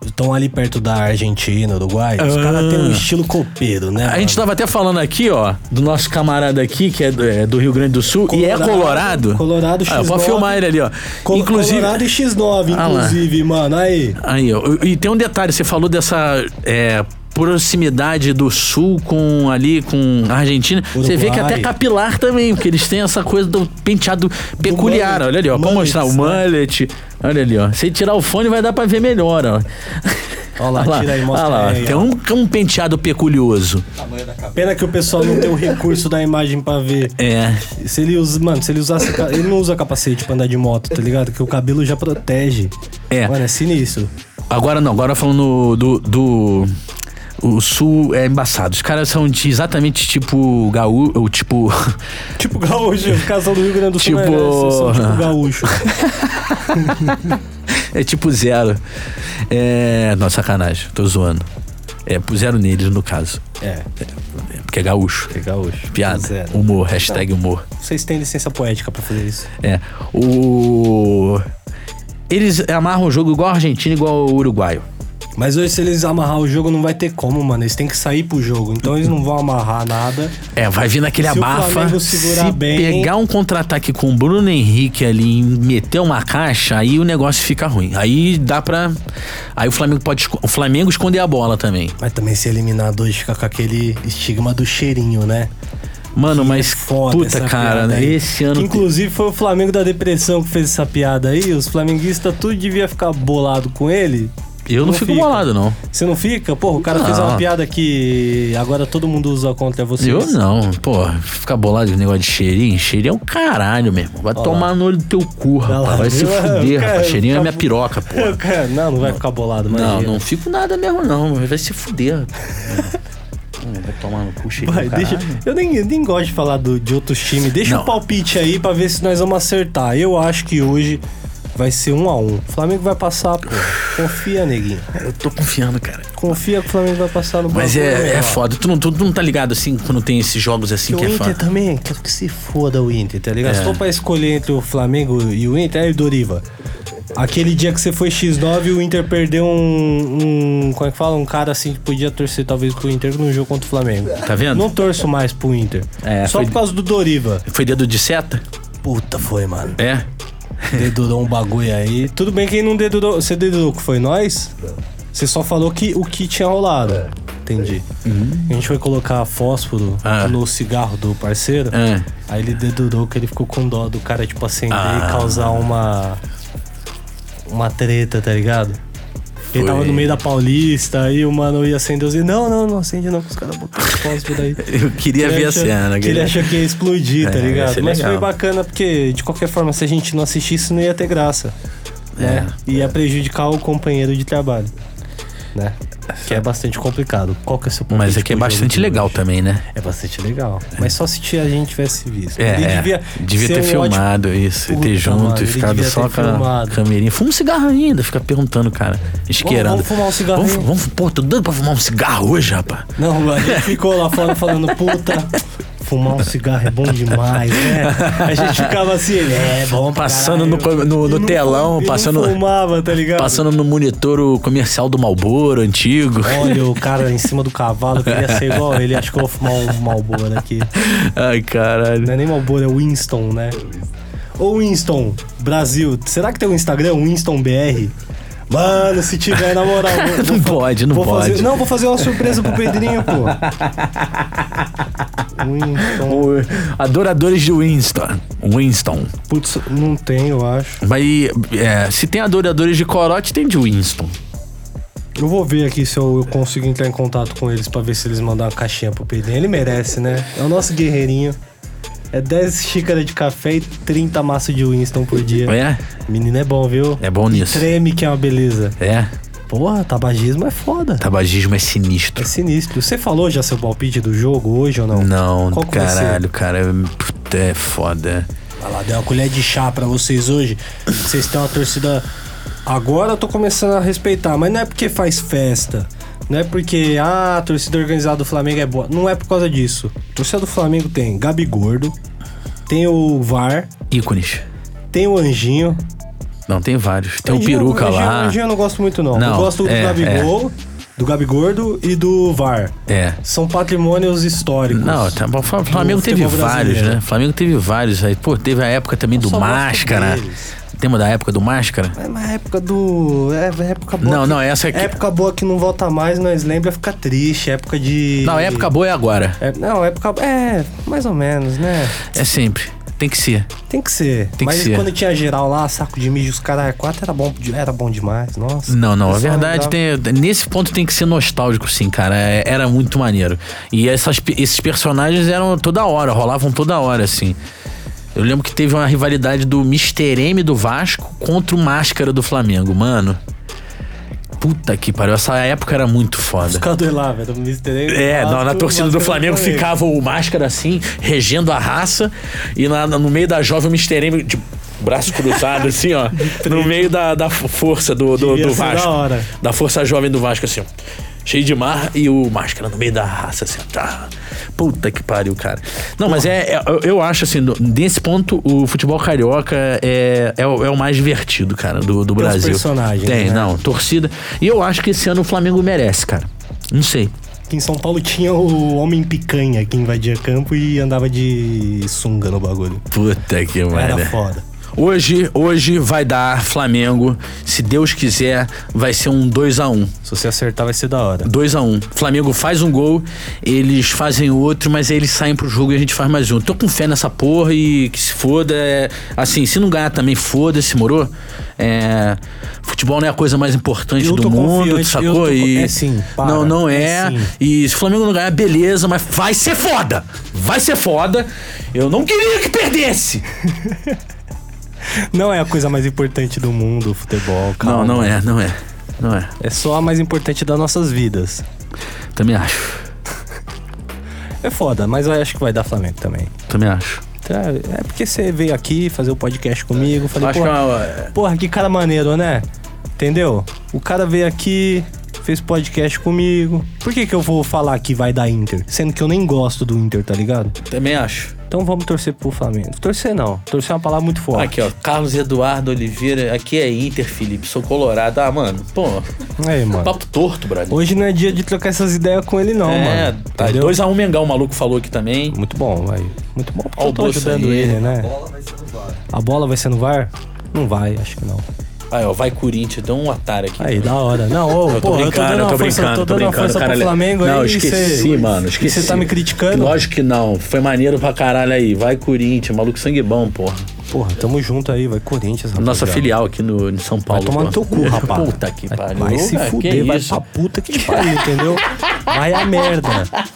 B: estão ali perto da Argentina, Uruguai. Os
C: Ah.
B: caras têm um estilo copeiro, né?
C: A gente tava até falando aqui, ó, do nosso camarada aqui, que é do, é do Rio Grande do Sul, e é colorado.
B: Colorado,
C: Ah, pode
B: X9.
C: filmar ele ali, ó.
B: Co
C: Inclusive,
B: Colorado e X9,
C: Ah lá.
B: inclusive, mano. Aí.
C: Aí, ó. E tem um detalhe, você falou dessa é, proximidade do sul com ali com a Argentina. Você vê que
B: Uruguai.
C: até capilar também, porque eles têm essa coisa do penteado peculiar.
B: mullet.
C: olha ali, ó. Vou
B: Mullet,
C: mostrar o
B: né?
C: mullet. Olha ali, ó. Se tirar o fone vai dar pra ver melhor, ó.
B: Olha lá, tira aí, mostra
C: olha lá.
B: aí,
C: Tem
B: ó.
C: um, um penteado peculioso.
B: Pena que o pessoal não tem o recurso da imagem pra ver.
C: É.
B: Se ele usa, mano, se ele usasse. ca- Ele não usa capacete pra andar de moto, tá ligado? Que o cabelo já protege.
C: É.
B: Mano, é sinistro.
C: Agora não, agora falando do. do- o sul é embaçado. Os caras são de exatamente tipo gaú, ou tipo
B: Tipo gaúcho, os caras são do Rio Grande do Sul.
C: Tipo-
B: né? Eles são tipo gaúcho.
C: É tipo zero. É. Não, sacanagem, tô zoando. É, puseram neles no caso.
B: É,
C: É, porque é gaúcho.
B: é gaúcho.
C: Piada.
B: Zero.
C: Humor, hashtag humor.
B: Vocês têm licença poética pra fazer isso.
C: É. O. Eles amarram o jogo igual o argentino, igual o uruguaio.
B: Mas hoje, se eles amarrar o jogo, não vai ter como, mano. Eles têm que sair pro jogo. Então eles não vão amarrar nada.
C: É, vai vir naquele
B: Se o
C: abafa.
B: Flamengo segurar
C: Se
B: bem-
C: pegar um contra-ataque com o Bruno Henrique ali e meter uma caixa, aí o negócio fica ruim. Aí dá pra. Aí o Flamengo pode. esco- O Flamengo esconder a bola também.
B: Mas também se eliminar dois, fica com aquele estigma do cheirinho, né? É
C: Mano, mas.
B: Foda
C: puta,
B: essa
C: cara,
B: piada aí.
C: esse ano.
B: Que, inclusive foi o Flamengo da depressão que fez essa piada aí. Os flamenguistas tudo devia ficar bolado com ele.
C: eu não, fico
B: fica.
C: bolado, não.
B: Você não fica? Porra, o cara fez
C: Não.
B: uma piada que agora todo mundo usa contra você.
C: Eu não, pô, ficar bolado com negócio de cheirinho, cheirinho é o caralho, meu irmão. Vai tomar no olho do teu cu, rapaz.
B: lá,
C: vai se
B: viu?
C: fuder,
B: Cara,
C: rapaz. Cheirinho é
B: fica-
C: minha piroca, pô.
B: Cara, não, não vai ficar bolado, mas.
C: Não, não fico nada mesmo, não. Vai se fuder. Hum, Vai tomar no cu, cheirinho.
B: Vai,
C: caralho.
B: deixa, eu, nem, eu nem gosto de falar do, de outros times. Deixa
C: Não.
B: o palpite aí pra ver se nós vamos acertar. Eu acho que hoje vai ser um a um. O Flamengo vai passar, pô. Confia, neguinho.
C: Eu tô confiando, cara.
B: Confia que o Flamengo vai passar no
C: Mas
B: bagulho,
C: é, é
B: ó.
C: foda. Tu não, tu, tu não tá ligado assim quando tem esses jogos assim
B: Que
C: que
B: o
C: é
B: Inter
C: foda.
B: também, quero que se foda o Inter, tá ligado?
C: É.
B: Se for pra escolher entre o Flamengo e o Inter, aí Doriva. Aquele dia que você foi X9 e o Inter perdeu um, um. Como é que fala? Um cara assim que podia torcer talvez pro Inter no jogo contra o Flamengo.
C: Tá vendo?
B: Não torço mais pro Inter.
C: É,
B: Só
C: foi-
B: por causa do Doriva.
C: Foi dedo de seta?
B: Puta foi, mano.
C: É.
B: Dedurou um bagulho aí. Tudo bem que ele não dedurou. Você dedurou que foi nós? Você só falou que o que tinha rolado. Entendi. A gente foi colocar fósforo
C: Ah.
B: no cigarro do parceiro.
C: Ah.
B: Aí ele dedurou que ele ficou com dó do cara, tipo, acender
C: Ah.
B: e causar uma. Uma treta, tá ligado? Ele
C: Foi.
B: tava no meio da Paulista, aí o mano ia acender e não, não, não acende não, que os caras botaram fósforo daí.
C: Eu queria ver a
B: achou-
C: cena,
B: que ele
C: cara.
B: achou que ia explodir, tá
C: É, ia
B: ligado?
C: ser
B: Mas
C: legal.
B: foi bacana porque, de qualquer forma, se a gente não assistisse, não ia ter graça. Né?
C: É.
B: Ia prejudicar o companheiro de trabalho. Né? Que é bastante complicado. Qual que é o seu ponto
C: Mas
B: de
C: aqui é
B: vista do
C: bastante
B: jogo de
C: legal
B: hoje?
C: também, né?
B: É bastante legal. Mas só se a gente tivesse visto.
C: É, é. devia,
B: ser
C: ter
B: um ótimo-
C: filmado isso, e
B: Puta,
C: ter junto
B: mano,
C: e
B: ele
C: ficado
B: devia
C: só
B: ter
C: com a
B: filmado.
C: câmerinha. Fuma um cigarro ainda, fica perguntando, cara, isqueirando.
B: vamos fumar um cigarro
C: Vamos,
B: aí?
C: vamos, pô, tô dando pra fumar um cigarro hoje, rapaz.
B: Não, a gente ficou lá fora falando, puta, fumar um cigarro é bom demais, né? A gente ficava assim, é bom pra
C: Passando no
B: caralho.
C: co- no- no
B: Eu não
C: telão,
B: fu- eu
C: passando-
B: Não fumava, tá ligado?
C: Passando no monitor o comercial do Malboro antigo.
B: Olha, o cara em cima do cavalo, eu queria ser igual ele. Acho que eu vou fumar um Malboro aqui.
C: Ai, caralho.
B: Não é nem Malboro, é Winston, né? Ô Winston, Brasil, será que tem um Instagram, Winston BR? Mano, se tiver, na moral. vou-
C: Não pode, não
B: vou
C: pode.
B: Fazer, não, vou fazer uma surpresa pro Pedrinho, pô. Winston.
C: O- Adoradores de Winston. Winston.
B: Putz, não tem, eu acho.
C: Mas é, se tem adoradores de corote, tem de Winston.
B: Eu vou ver aqui se eu, eu consigo entrar em contato com eles pra ver se eles mandaram uma caixinha pro Pedrinho. Ele merece, né? É o nosso guerreirinho. É 10 xícaras de café e 30 maços de Winston por dia.
C: É?
B: Menino é bom, viu?
C: É bom nisso.
B: Treme que é uma beleza.
C: É.
B: Porra, tabagismo é foda.
C: Tabagismo é
B: É
C: sinistro.
B: sinistro. Você falou já seu palpite do jogo hoje ou não?
C: Não,
B: Qual que vai ser?
C: caralho, cara. Puta, é foda.
B: Vai lá, deu é uma colher de chá pra vocês hoje. Vocês têm uma torcida. Agora eu tô começando a respeitar, mas não é porque faz festa. Não é porque ah, a torcida organizada do Flamengo é boa. Não é por causa disso. A torcida do Flamengo tem Gabi Gordo, tem o VAR,
C: Ícones.
B: tem o Anjinho.
C: Não, tem vários. Tem o
B: Anjinho-
C: peruca
B: Anjinho-
C: lá.
B: Anjinho eu não gosto muito, não.
C: Não,
B: eu gosto
C: é,
B: do Gabigol, do Gabigordo e do VAR.
C: É.
B: São patrimônios históricos.
C: Não, tá bom. O Fla- Flamengo
B: Do
C: teve
B: futebol
C: vários,
B: brasileiro.
C: né? O Flamengo teve vários aí. Pô, teve a época também do
B: só gosto
C: Máscara.
B: deles.
C: Tema da época do Máscara?
B: É uma época do. É uma época boa.
C: Não,
B: que-
C: não, essa aqui-
B: Época boa que não volta mais, nós lembra, fica triste. Época de.
C: Não, época boa é agora.
B: É, não, época. É, mais ou menos, né?
C: É sempre. Tem que ser.
B: Tem que ser.
C: que
B: Mas
C: ser.
B: quando tinha geral lá, saco de mídia, os caras, quatro era bom, de- era bom demais, nossa. é
C: Não, não. A
B: Pessoal
C: verdade
B: lembrava.
C: tem. Nesse ponto tem que ser nostálgico, sim, cara. É- Era muito maneiro. E essas, pe- esses personagens eram toda hora, rolavam toda hora, assim. Eu lembro que teve uma rivalidade do Mr. M do Vasco contra o Máscara do Flamengo, mano. Puta que pariu. Essa época era muito foda.
B: Cadê lá, velho? O Mr. M,
C: É, na,
B: Vasco,
C: na torcida do
B: Vasco,
C: Flamengo ficava o máscara assim, regendo a raça, e na- na- no meio da jovem o Mr. M de braço cruzado, assim, ó. No meio da, da força do, do,
B: Devia
C: do
B: ser da
C: Vasco.
B: hora.
C: Da força jovem do Vasco, assim. ó. Cheio de mar e o máscara no meio da raça, assim, tá. Puta que pariu, cara. Não, mas é, é- eu- eu acho assim, no- nesse ponto, o futebol carioca é, é, o é o mais divertido, cara, do, do
B: Tem os
C: Brasil.
B: personagens,
C: Tem,
B: né?
C: não, torcida. E eu acho que esse ano o Flamengo merece, cara. Não sei.
B: Aqui em São Paulo tinha o Homem Picanha que invadia campo e andava de sunga no bagulho.
C: Puta que
B: Era
C: merda.
B: foda.
C: Hoje, hoje vai dar Flamengo. Se Deus quiser, vai ser um 2 a 1
B: Se você acertar, vai ser da hora.
C: 2 a 1 Flamengo faz um gol, eles fazem outro, mas aí eles saem pro jogo e a gente faz mais um. Tô com fé nessa porra e que se foda. é- assim, se não ganhar também, foda-se, morou? É, futebol não é a coisa mais importante
B: Eu
C: do
B: tô
C: mundo,
B: confiante, eu
C: sacou?
B: tô-
C: e,
B: é sim, para,
C: não, não é.
B: é sim.
C: E se o Flamengo não ganhar, beleza, mas vai ser foda! Vai ser foda! Eu não queria que perdesse!
B: Não é a coisa mais importante do mundo, o futebol, cara.
C: Não, não é, não é. Não é.
B: É só a mais importante das nossas vidas.
C: Também acho.
B: É foda, mas eu acho que vai dar Flamengo também.
C: Também acho.
B: Tá, É porque você veio aqui fazer o podcast comigo, falei,
C: Acho
B: porra,
C: que é uma-
B: porra, que cara maneiro, né? Entendeu? O cara veio aqui, fez podcast comigo. Por que que eu vou falar que vai dar Inter? Sendo que eu nem gosto do Inter, tá ligado?
C: Também acho.
B: Então vamos torcer pro Flamengo. Torcer não, torcer é uma palavra muito forte.
C: Aqui, ó. Carlos Eduardo Oliveira. Aqui é Inter, Felipe. Sou colorado. Ah, mano. Pô,
B: Aí, mano.
C: papo torto, brother.
B: Hoje não é dia de trocar essas ideias com ele não,
C: é,
B: mano.
C: tá.
B: Entendeu?
C: 2x1 Mengão, o maluco falou aqui também.
B: Muito bom, vai. Muito bom.
C: Ó o
B: Eu tô
C: bolso
B: ajudando
C: aí.
B: ele, né?
F: bola vai ser no VAR.
B: A bola vai ser no VAR? Não vai, acho que não.
C: Aí, ó. Vai Corinthians. Deu um atalho aqui.
B: Aí, da hora. Não, ô,
C: Eu tô
B: porra,
C: brincando,
B: eu
C: eu
B: tô dando uma
C: tô
B: força,
C: brincando,
B: eu tô
C: tô
B: dando uma
C: brincando,
B: força pro
C: caralho.
B: Flamengo
C: Não,
B: aí.
C: esqueci,
B: cê-
C: mano, esqueci.
B: Você tá me criticando?
C: Lógico que não. Foi maneiro pra caralho aí. Vai Corinthians. Maluco sangue bom, porra.
B: Porra, tamo junto aí, vai Corinthians, rapaz.
C: Nossa
B: velho.
C: filial aqui no, em São
B: Vai
C: Paulo.
B: tomar no teu
C: pô.
B: cu, rapaz.
C: Puta que pariu.
B: Vai se
C: Ah, que
B: fuder, vai
C: isso?
B: pra puta que te pariu, entendeu? Vai a merda,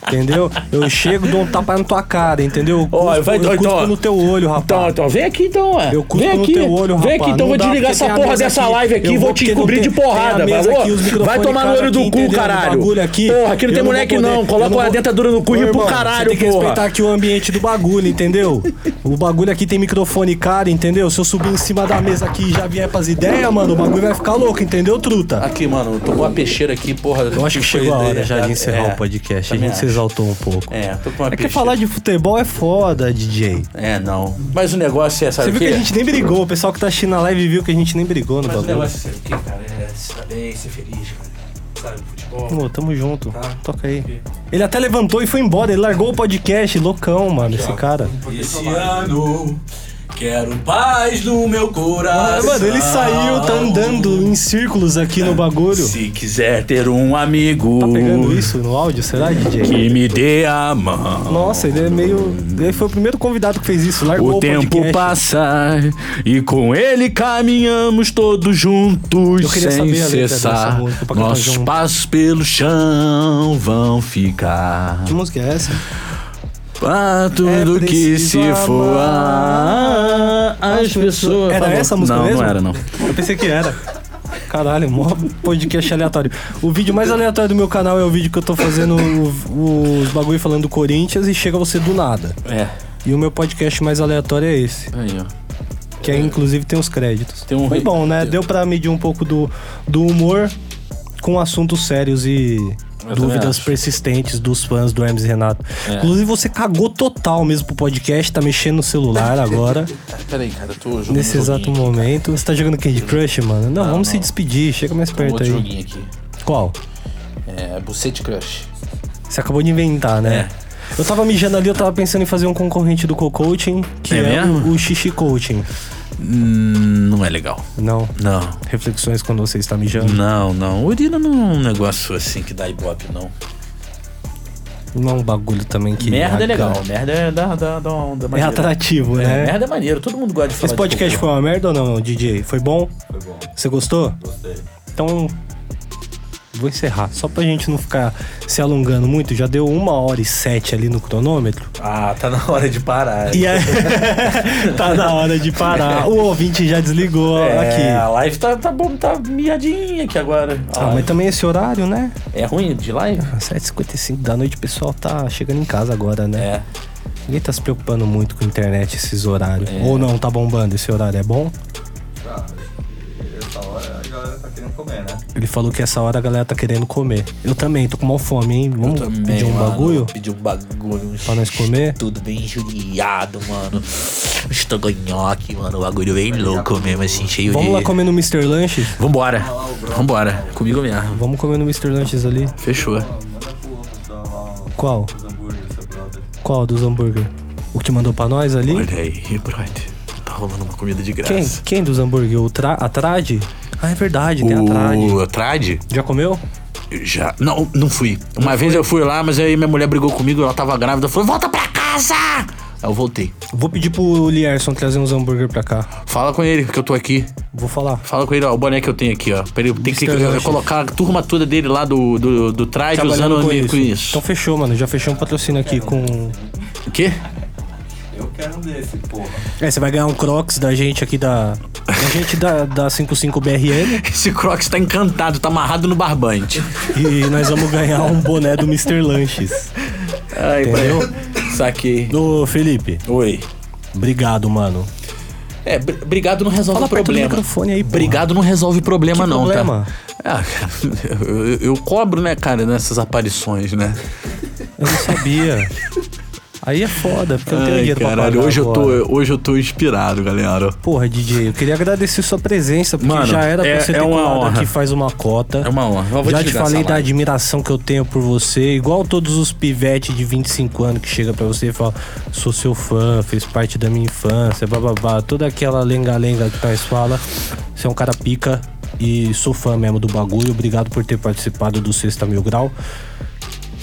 B: entendeu? Eu chego, dou um tapa na tua cara, entendeu? Eu cuspo,
C: Ó, vai,
B: eu
C: ó,
B: cuspo
C: então, ó.
B: no teu olho, rapaz.
C: Então, então, vem aqui então, ué.
B: Eu cuspo
C: vem
B: no
C: aqui.
B: teu um olho,
C: Vem
B: rapaz.
C: aqui então,
B: Não
C: vou
B: dá,
C: desligar
B: porque tem
C: essa
B: a
C: porra
B: mesa
C: dessa
B: aqui.
C: live aqui
B: Eu
C: e vou
B: vou
C: te
B: porque não
C: cobrir
B: tem-
C: de porrada,
B: tem a mesa
C: valor.
B: aqui, os
C: Vai
B: microfones
C: tomar no
B: cada
C: olho do
B: aqui,
C: cu,
B: entendeu?
C: caralho.
B: O bagulho aqui, eu
C: porra, aqui não tem
B: não vou
C: moleque
B: poder-
C: não.
B: eu não
C: Coloca
B: vou-
C: uma dentadura no cu
B: Ô,
C: e pro
B: irmão,
C: caralho,
B: Você tem que respeitar
C: porra.
B: aqui o ambiente do bagulho, entendeu? O bagulho aqui tem microfone cara, entendeu? Se eu subir em cima da mesa aqui e já vier pras ideias, mano, o bagulho vai ficar louco, entendeu, truta?
C: Aqui, mano, tô com uma peixeira aqui, porra.
B: Eu acho que
C: Foi
B: chegou a
C: daí,
B: hora já de
C: é,
B: encerrar
C: é,
B: o podcast. A
C: também
B: gente se exaltou um pouco.
C: acho. É, tô com uma
B: É que
C: peixeira.
B: falar de futebol é foda, DJ.
C: É, não. Mas o negócio é, sabe
B: Você
C: o
B: viu
C: quê?
B: que a gente nem brigou, o pessoal que tá assistindo a live viu que a gente nem brigou no
C: Mas o
B: bagulho.
C: negócio é, sabe o quê, cara? É se dar bem, ser feliz, cara. Sabe, futebol.
B: Pô, tamo junto. Toca aí. Ele até levantou e foi embora. Ele largou o podcast, loucão, mano, esse cara.
C: Esse ano quero paz no meu coração.
B: Ah, mano, ele saiu, tá andando em círculos aqui no bagulho.
C: Se quiser ter um amigo
B: Tá pegando isso no áudio, será, DJ?
C: que me dê a mão.
B: Nossa, ele é meio. Ele foi o primeiro convidado que fez isso, largou o,
C: O tempo
B: podcast.
C: passa e com ele caminhamos todos juntos
B: Eu queria
C: sem
B: saber a letra dessa
C: cessar.
B: música pra cantar
C: Nossos
B: junto.
C: passos pelo chão vão ficar.
B: Que música é essa?
C: Pra tudo
B: É
C: que se
B: preciso
C: for
B: amar
C: as pessoas.
B: Era essa a música
C: não,
B: mesmo?
C: Não era, não.
B: Eu pensei que era. Caralho, mó podcast aleatório. O vídeo mais aleatório do meu canal é o vídeo que eu tô fazendo o- os bagulho falando do Corinthians e chega você do nada.
C: É.
B: E o meu podcast mais aleatório é esse,
C: Aí, ó.
B: que aí, inclusive tem os créditos.
C: Tem um-
B: Foi bom, né? Deu pra medir um pouco do, do humor com assuntos sérios e
C: Eu também
B: dúvidas
C: acho.
B: persistentes dos fãs do Hermes e Renato.
C: É.
B: Inclusive você cagou total mesmo pro podcast, tá mexendo no celular agora.
C: Peraí, cara, eu tô jogando.
B: Nesse
C: um
B: exato
C: joguinho.
B: momento. Você tá jogando Candy Crush, mano? Não, vamos se despedir, chega mais
C: Um
B: perto
C: outro
B: aí.
C: joguinho aqui.
B: Qual?
C: É, Bucete Crush.
B: Você acabou de inventar, né?
C: É.
B: Eu tava mijando ali, eu tava pensando em fazer um concorrente do co-coaching, que
C: É
B: é,
C: mesmo?
B: o xixi coaching.
C: Hum, não é legal.
B: Não.
C: Não.
B: Reflexões quando você está mijando.
C: Não, não. Urina não é um negócio assim que dá ibope, não.
B: Não é um bagulho também que.
C: merda é legal.
B: arranca.
C: Merda é da, da, da onda
B: É
C: maneira.
B: atrativo, né?
C: Merda é maneiro. Todo mundo gosta de falar
B: Esse podcast
C: de
B: foi uma merda ou não, DJ? Foi bom?
F: Foi bom,
B: Você gostou?
F: gostei.
B: Então. Vou encerrar. Só pra gente não ficar se alongando muito, já deu uma hora e sete ali no cronômetro.
C: cocô. Ah, tá na hora de parar.
B: E aí, tá na hora de parar. O ouvinte já desligou
C: É, a
B: aqui.
C: live tá, tá bom, tá miadinha aqui agora. A
B: Ah, mas
C: live-
B: também esse horário, né?
C: É ruim de live?
B: Às 7h55 da noite o pessoal tá chegando em casa agora, né?
C: É.
B: Ninguém tá se preocupando muito com a internet, esses horários. Ou não, tá bombando? Esse horário é bom?
F: Cara, essa hora a galera tá querendo
G: comer, né?
B: Ele falou que essa hora a galera tá querendo comer. Eu também, tô com mal fome, hein? Vamos pedir um
C: mano,
B: bagulho?
C: Pedir um bagulho. um
B: Pra nós comer?
C: Tudo bem judiado, mano. Estogonhoque, mano. O bagulho bem louco mesmo, assim, cheio
B: Vamos
C: de...
B: lá comer no Mr. Lanches?
C: Vambora. Vambora. Comigo mesmo.
B: Vamos comer no Mr. Lanches ali.
C: Fechou.
G: Manda pro outro dar lá os
B: Qual?
G: hambúrgueres, seu brother.
B: Qual dos hambúrguer? O que te mandou pra nós ali?
C: Olha aí, brother. Tá rolando uma comida de
B: Quem?
C: graça.
B: Quem dos hambúrguer? O tra a Trade? Ah, é verdade, tem a Trade.
C: O Trade?
B: Já comeu?
C: Já. Não, não fui. Uma vez eu fui lá, mas aí minha mulher brigou comigo, ela tava grávida, falou, volta pra casa! Aí eu voltei.
B: Vou pedir pro Lierson trazer uns hambúrguer pra cá.
C: Fala com ele que eu tô aqui.
B: Vou falar.
C: Fala com ele, ó, o boné que eu tenho aqui, ó. Pra ele- Tem que
B: Mr. Lanches.
C: colocar a turma toda dele lá do, do, do Trade
B: Trabalhando
C: usando ele com isso.
B: Então fechou, mano. Já fechou um patrocínio aqui com. Então,
C: O quê?
G: Eu quero um desse, porra.
B: É, você vai ganhar um Crocs da gente aqui da. Da gente da, da 55BRN.
C: Esse Crocs tá encantado, tá amarrado no barbante.
B: E nós vamos ganhar um boné do Mr. Lanches.
C: Ai,
B: Entendeu?
C: Saquei.
B: Ô, Felipe,
C: Oi.
B: obrigado, mano.
C: É, br- brigado não resolve
B: Fala perto do
C: problema.
B: microfone aí, porra.
C: Brigado não resolve problema,
B: Que
C: não,
B: problema?
C: tá? Ah, cara, eu, eu- eu cobro, né, cara, nessas aparições, né?
B: Eu não sabia. Aí é foda, porque eu não tenho
C: Ai,
B: dinheiro pra
C: caralho,
B: pagar
C: hoje eu,
B: agora.
C: tô, hoje eu tô inspirado, galera.
B: Porra, DJ, eu queria agradecer sua presença, porque
C: Mano,
B: já era pra
C: é-
B: você
C: é
B: ter
C: uma
B: colado
C: honra.
B: aqui faz uma cota.
C: É uma honra. Eu vou
B: Já te
C: desligar
B: falei
C: essa
B: da
C: live.
B: admiração que eu tenho por você, igual todos os pivetes de 25 anos que chega pra você e fala: sou seu fã, fez parte da minha infância, bababá, toda aquela lenga-lenga que nós fala. Você é um cara pica e sou fã mesmo do bagulho. Obrigado por ter participado do Sexta Mil Grau.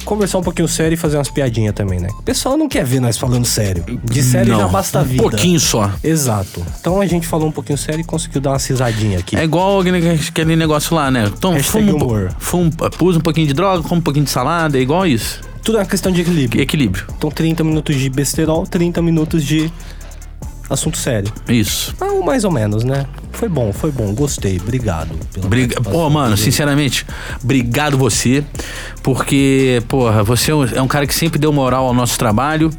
B: Conversar um pouquinho sério e fazer umas piadinhas também, né? O pessoal não quer ver nós falando sério. De sério
C: Não,
B: já basta a vida.
C: Um pouquinho só.
B: Exato. Então a gente falou um pouquinho sério e conseguiu dar uma cisadinha aqui.
C: É igual aquele- aquele negócio lá, né? Então,
B: Hashtag
C: fuma, um po-
B: humor.
C: fuma, pus um pouquinho de droga, come um pouquinho de salada, é igual isso.
B: Tudo é uma questão de equilíbrio.
C: Equilíbrio.
B: Então 30 minutos de besterol, 30 minutos de assunto sério.
C: é Isso.
B: Ah, ou mais ou menos, né? Foi bom, foi bom. Gostei. Obrigado. pela
C: Briga... Pô,
B: participação.
C: mano, sinceramente, obrigado você, porque, porra, você é um- é um cara que sempre deu moral ao nosso trabalho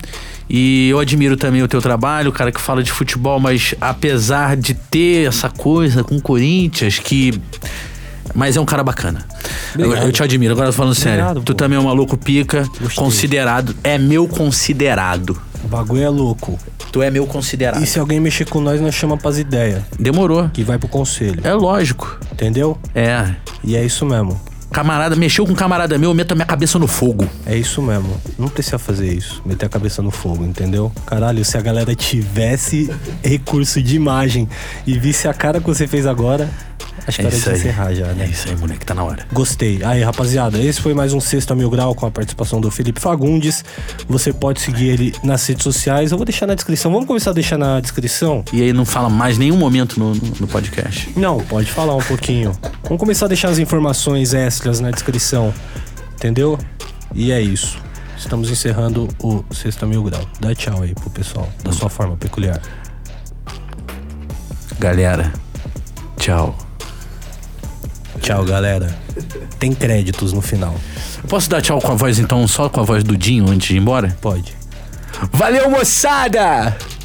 C: e eu admiro também o teu trabalho, cara que fala de futebol, mas apesar de ter essa coisa com o Corinthians, que... Mas é um cara bacana. Eu, eu te admiro, agora falando sério.
B: Obrigado,
C: tu
B: pô.
C: também é um maluco pica, considerado, é meu considerado.
B: O bagulho é louco.
C: Tu é meu considerado.
B: E se alguém mexer com nós, nós chama pras ideias,
C: Demorou.
B: que vai pro conselho.
C: É lógico.
B: Entendeu?
C: É.
B: E é isso mesmo.
C: Camarada, mexeu com um camarada meu, eu meto a minha cabeça no fogo.
B: É isso mesmo. Não precisa fazer isso. Meter a cabeça no fogo, entendeu? Caralho, se a galera tivesse recurso de imagem e visse a cara que você fez agora, acho que era de encerrar já, né?
C: É isso aí, moleque, tá na hhora.
B: Gostei. Aí, rapaziada, esse foi mais um Sexta Mil Grau com a participação do Felipe Fagundes. Você pode seguir ele nas redes sociais. Eu vou deixar na descrição. Vamos começar a deixar na descrição?
C: E aí não fala mais nenhum momento no, no no podcast.
B: Não, pode falar um pouquinho. Vamos começar a deixar as informações extras na descrição. Entendeu? E é isso. Estamos encerrando o Sexta Mil Grau. Dá tchau aí pro pessoal, da sua forma peculiar.
C: Galera, tchau.
B: Tchau, galera. Tem créditos no final.
C: Eu posso dar tchau com a voz então, só com a voz do Dinho antes de ir embora?
B: Pode.
C: Valeu, moçada!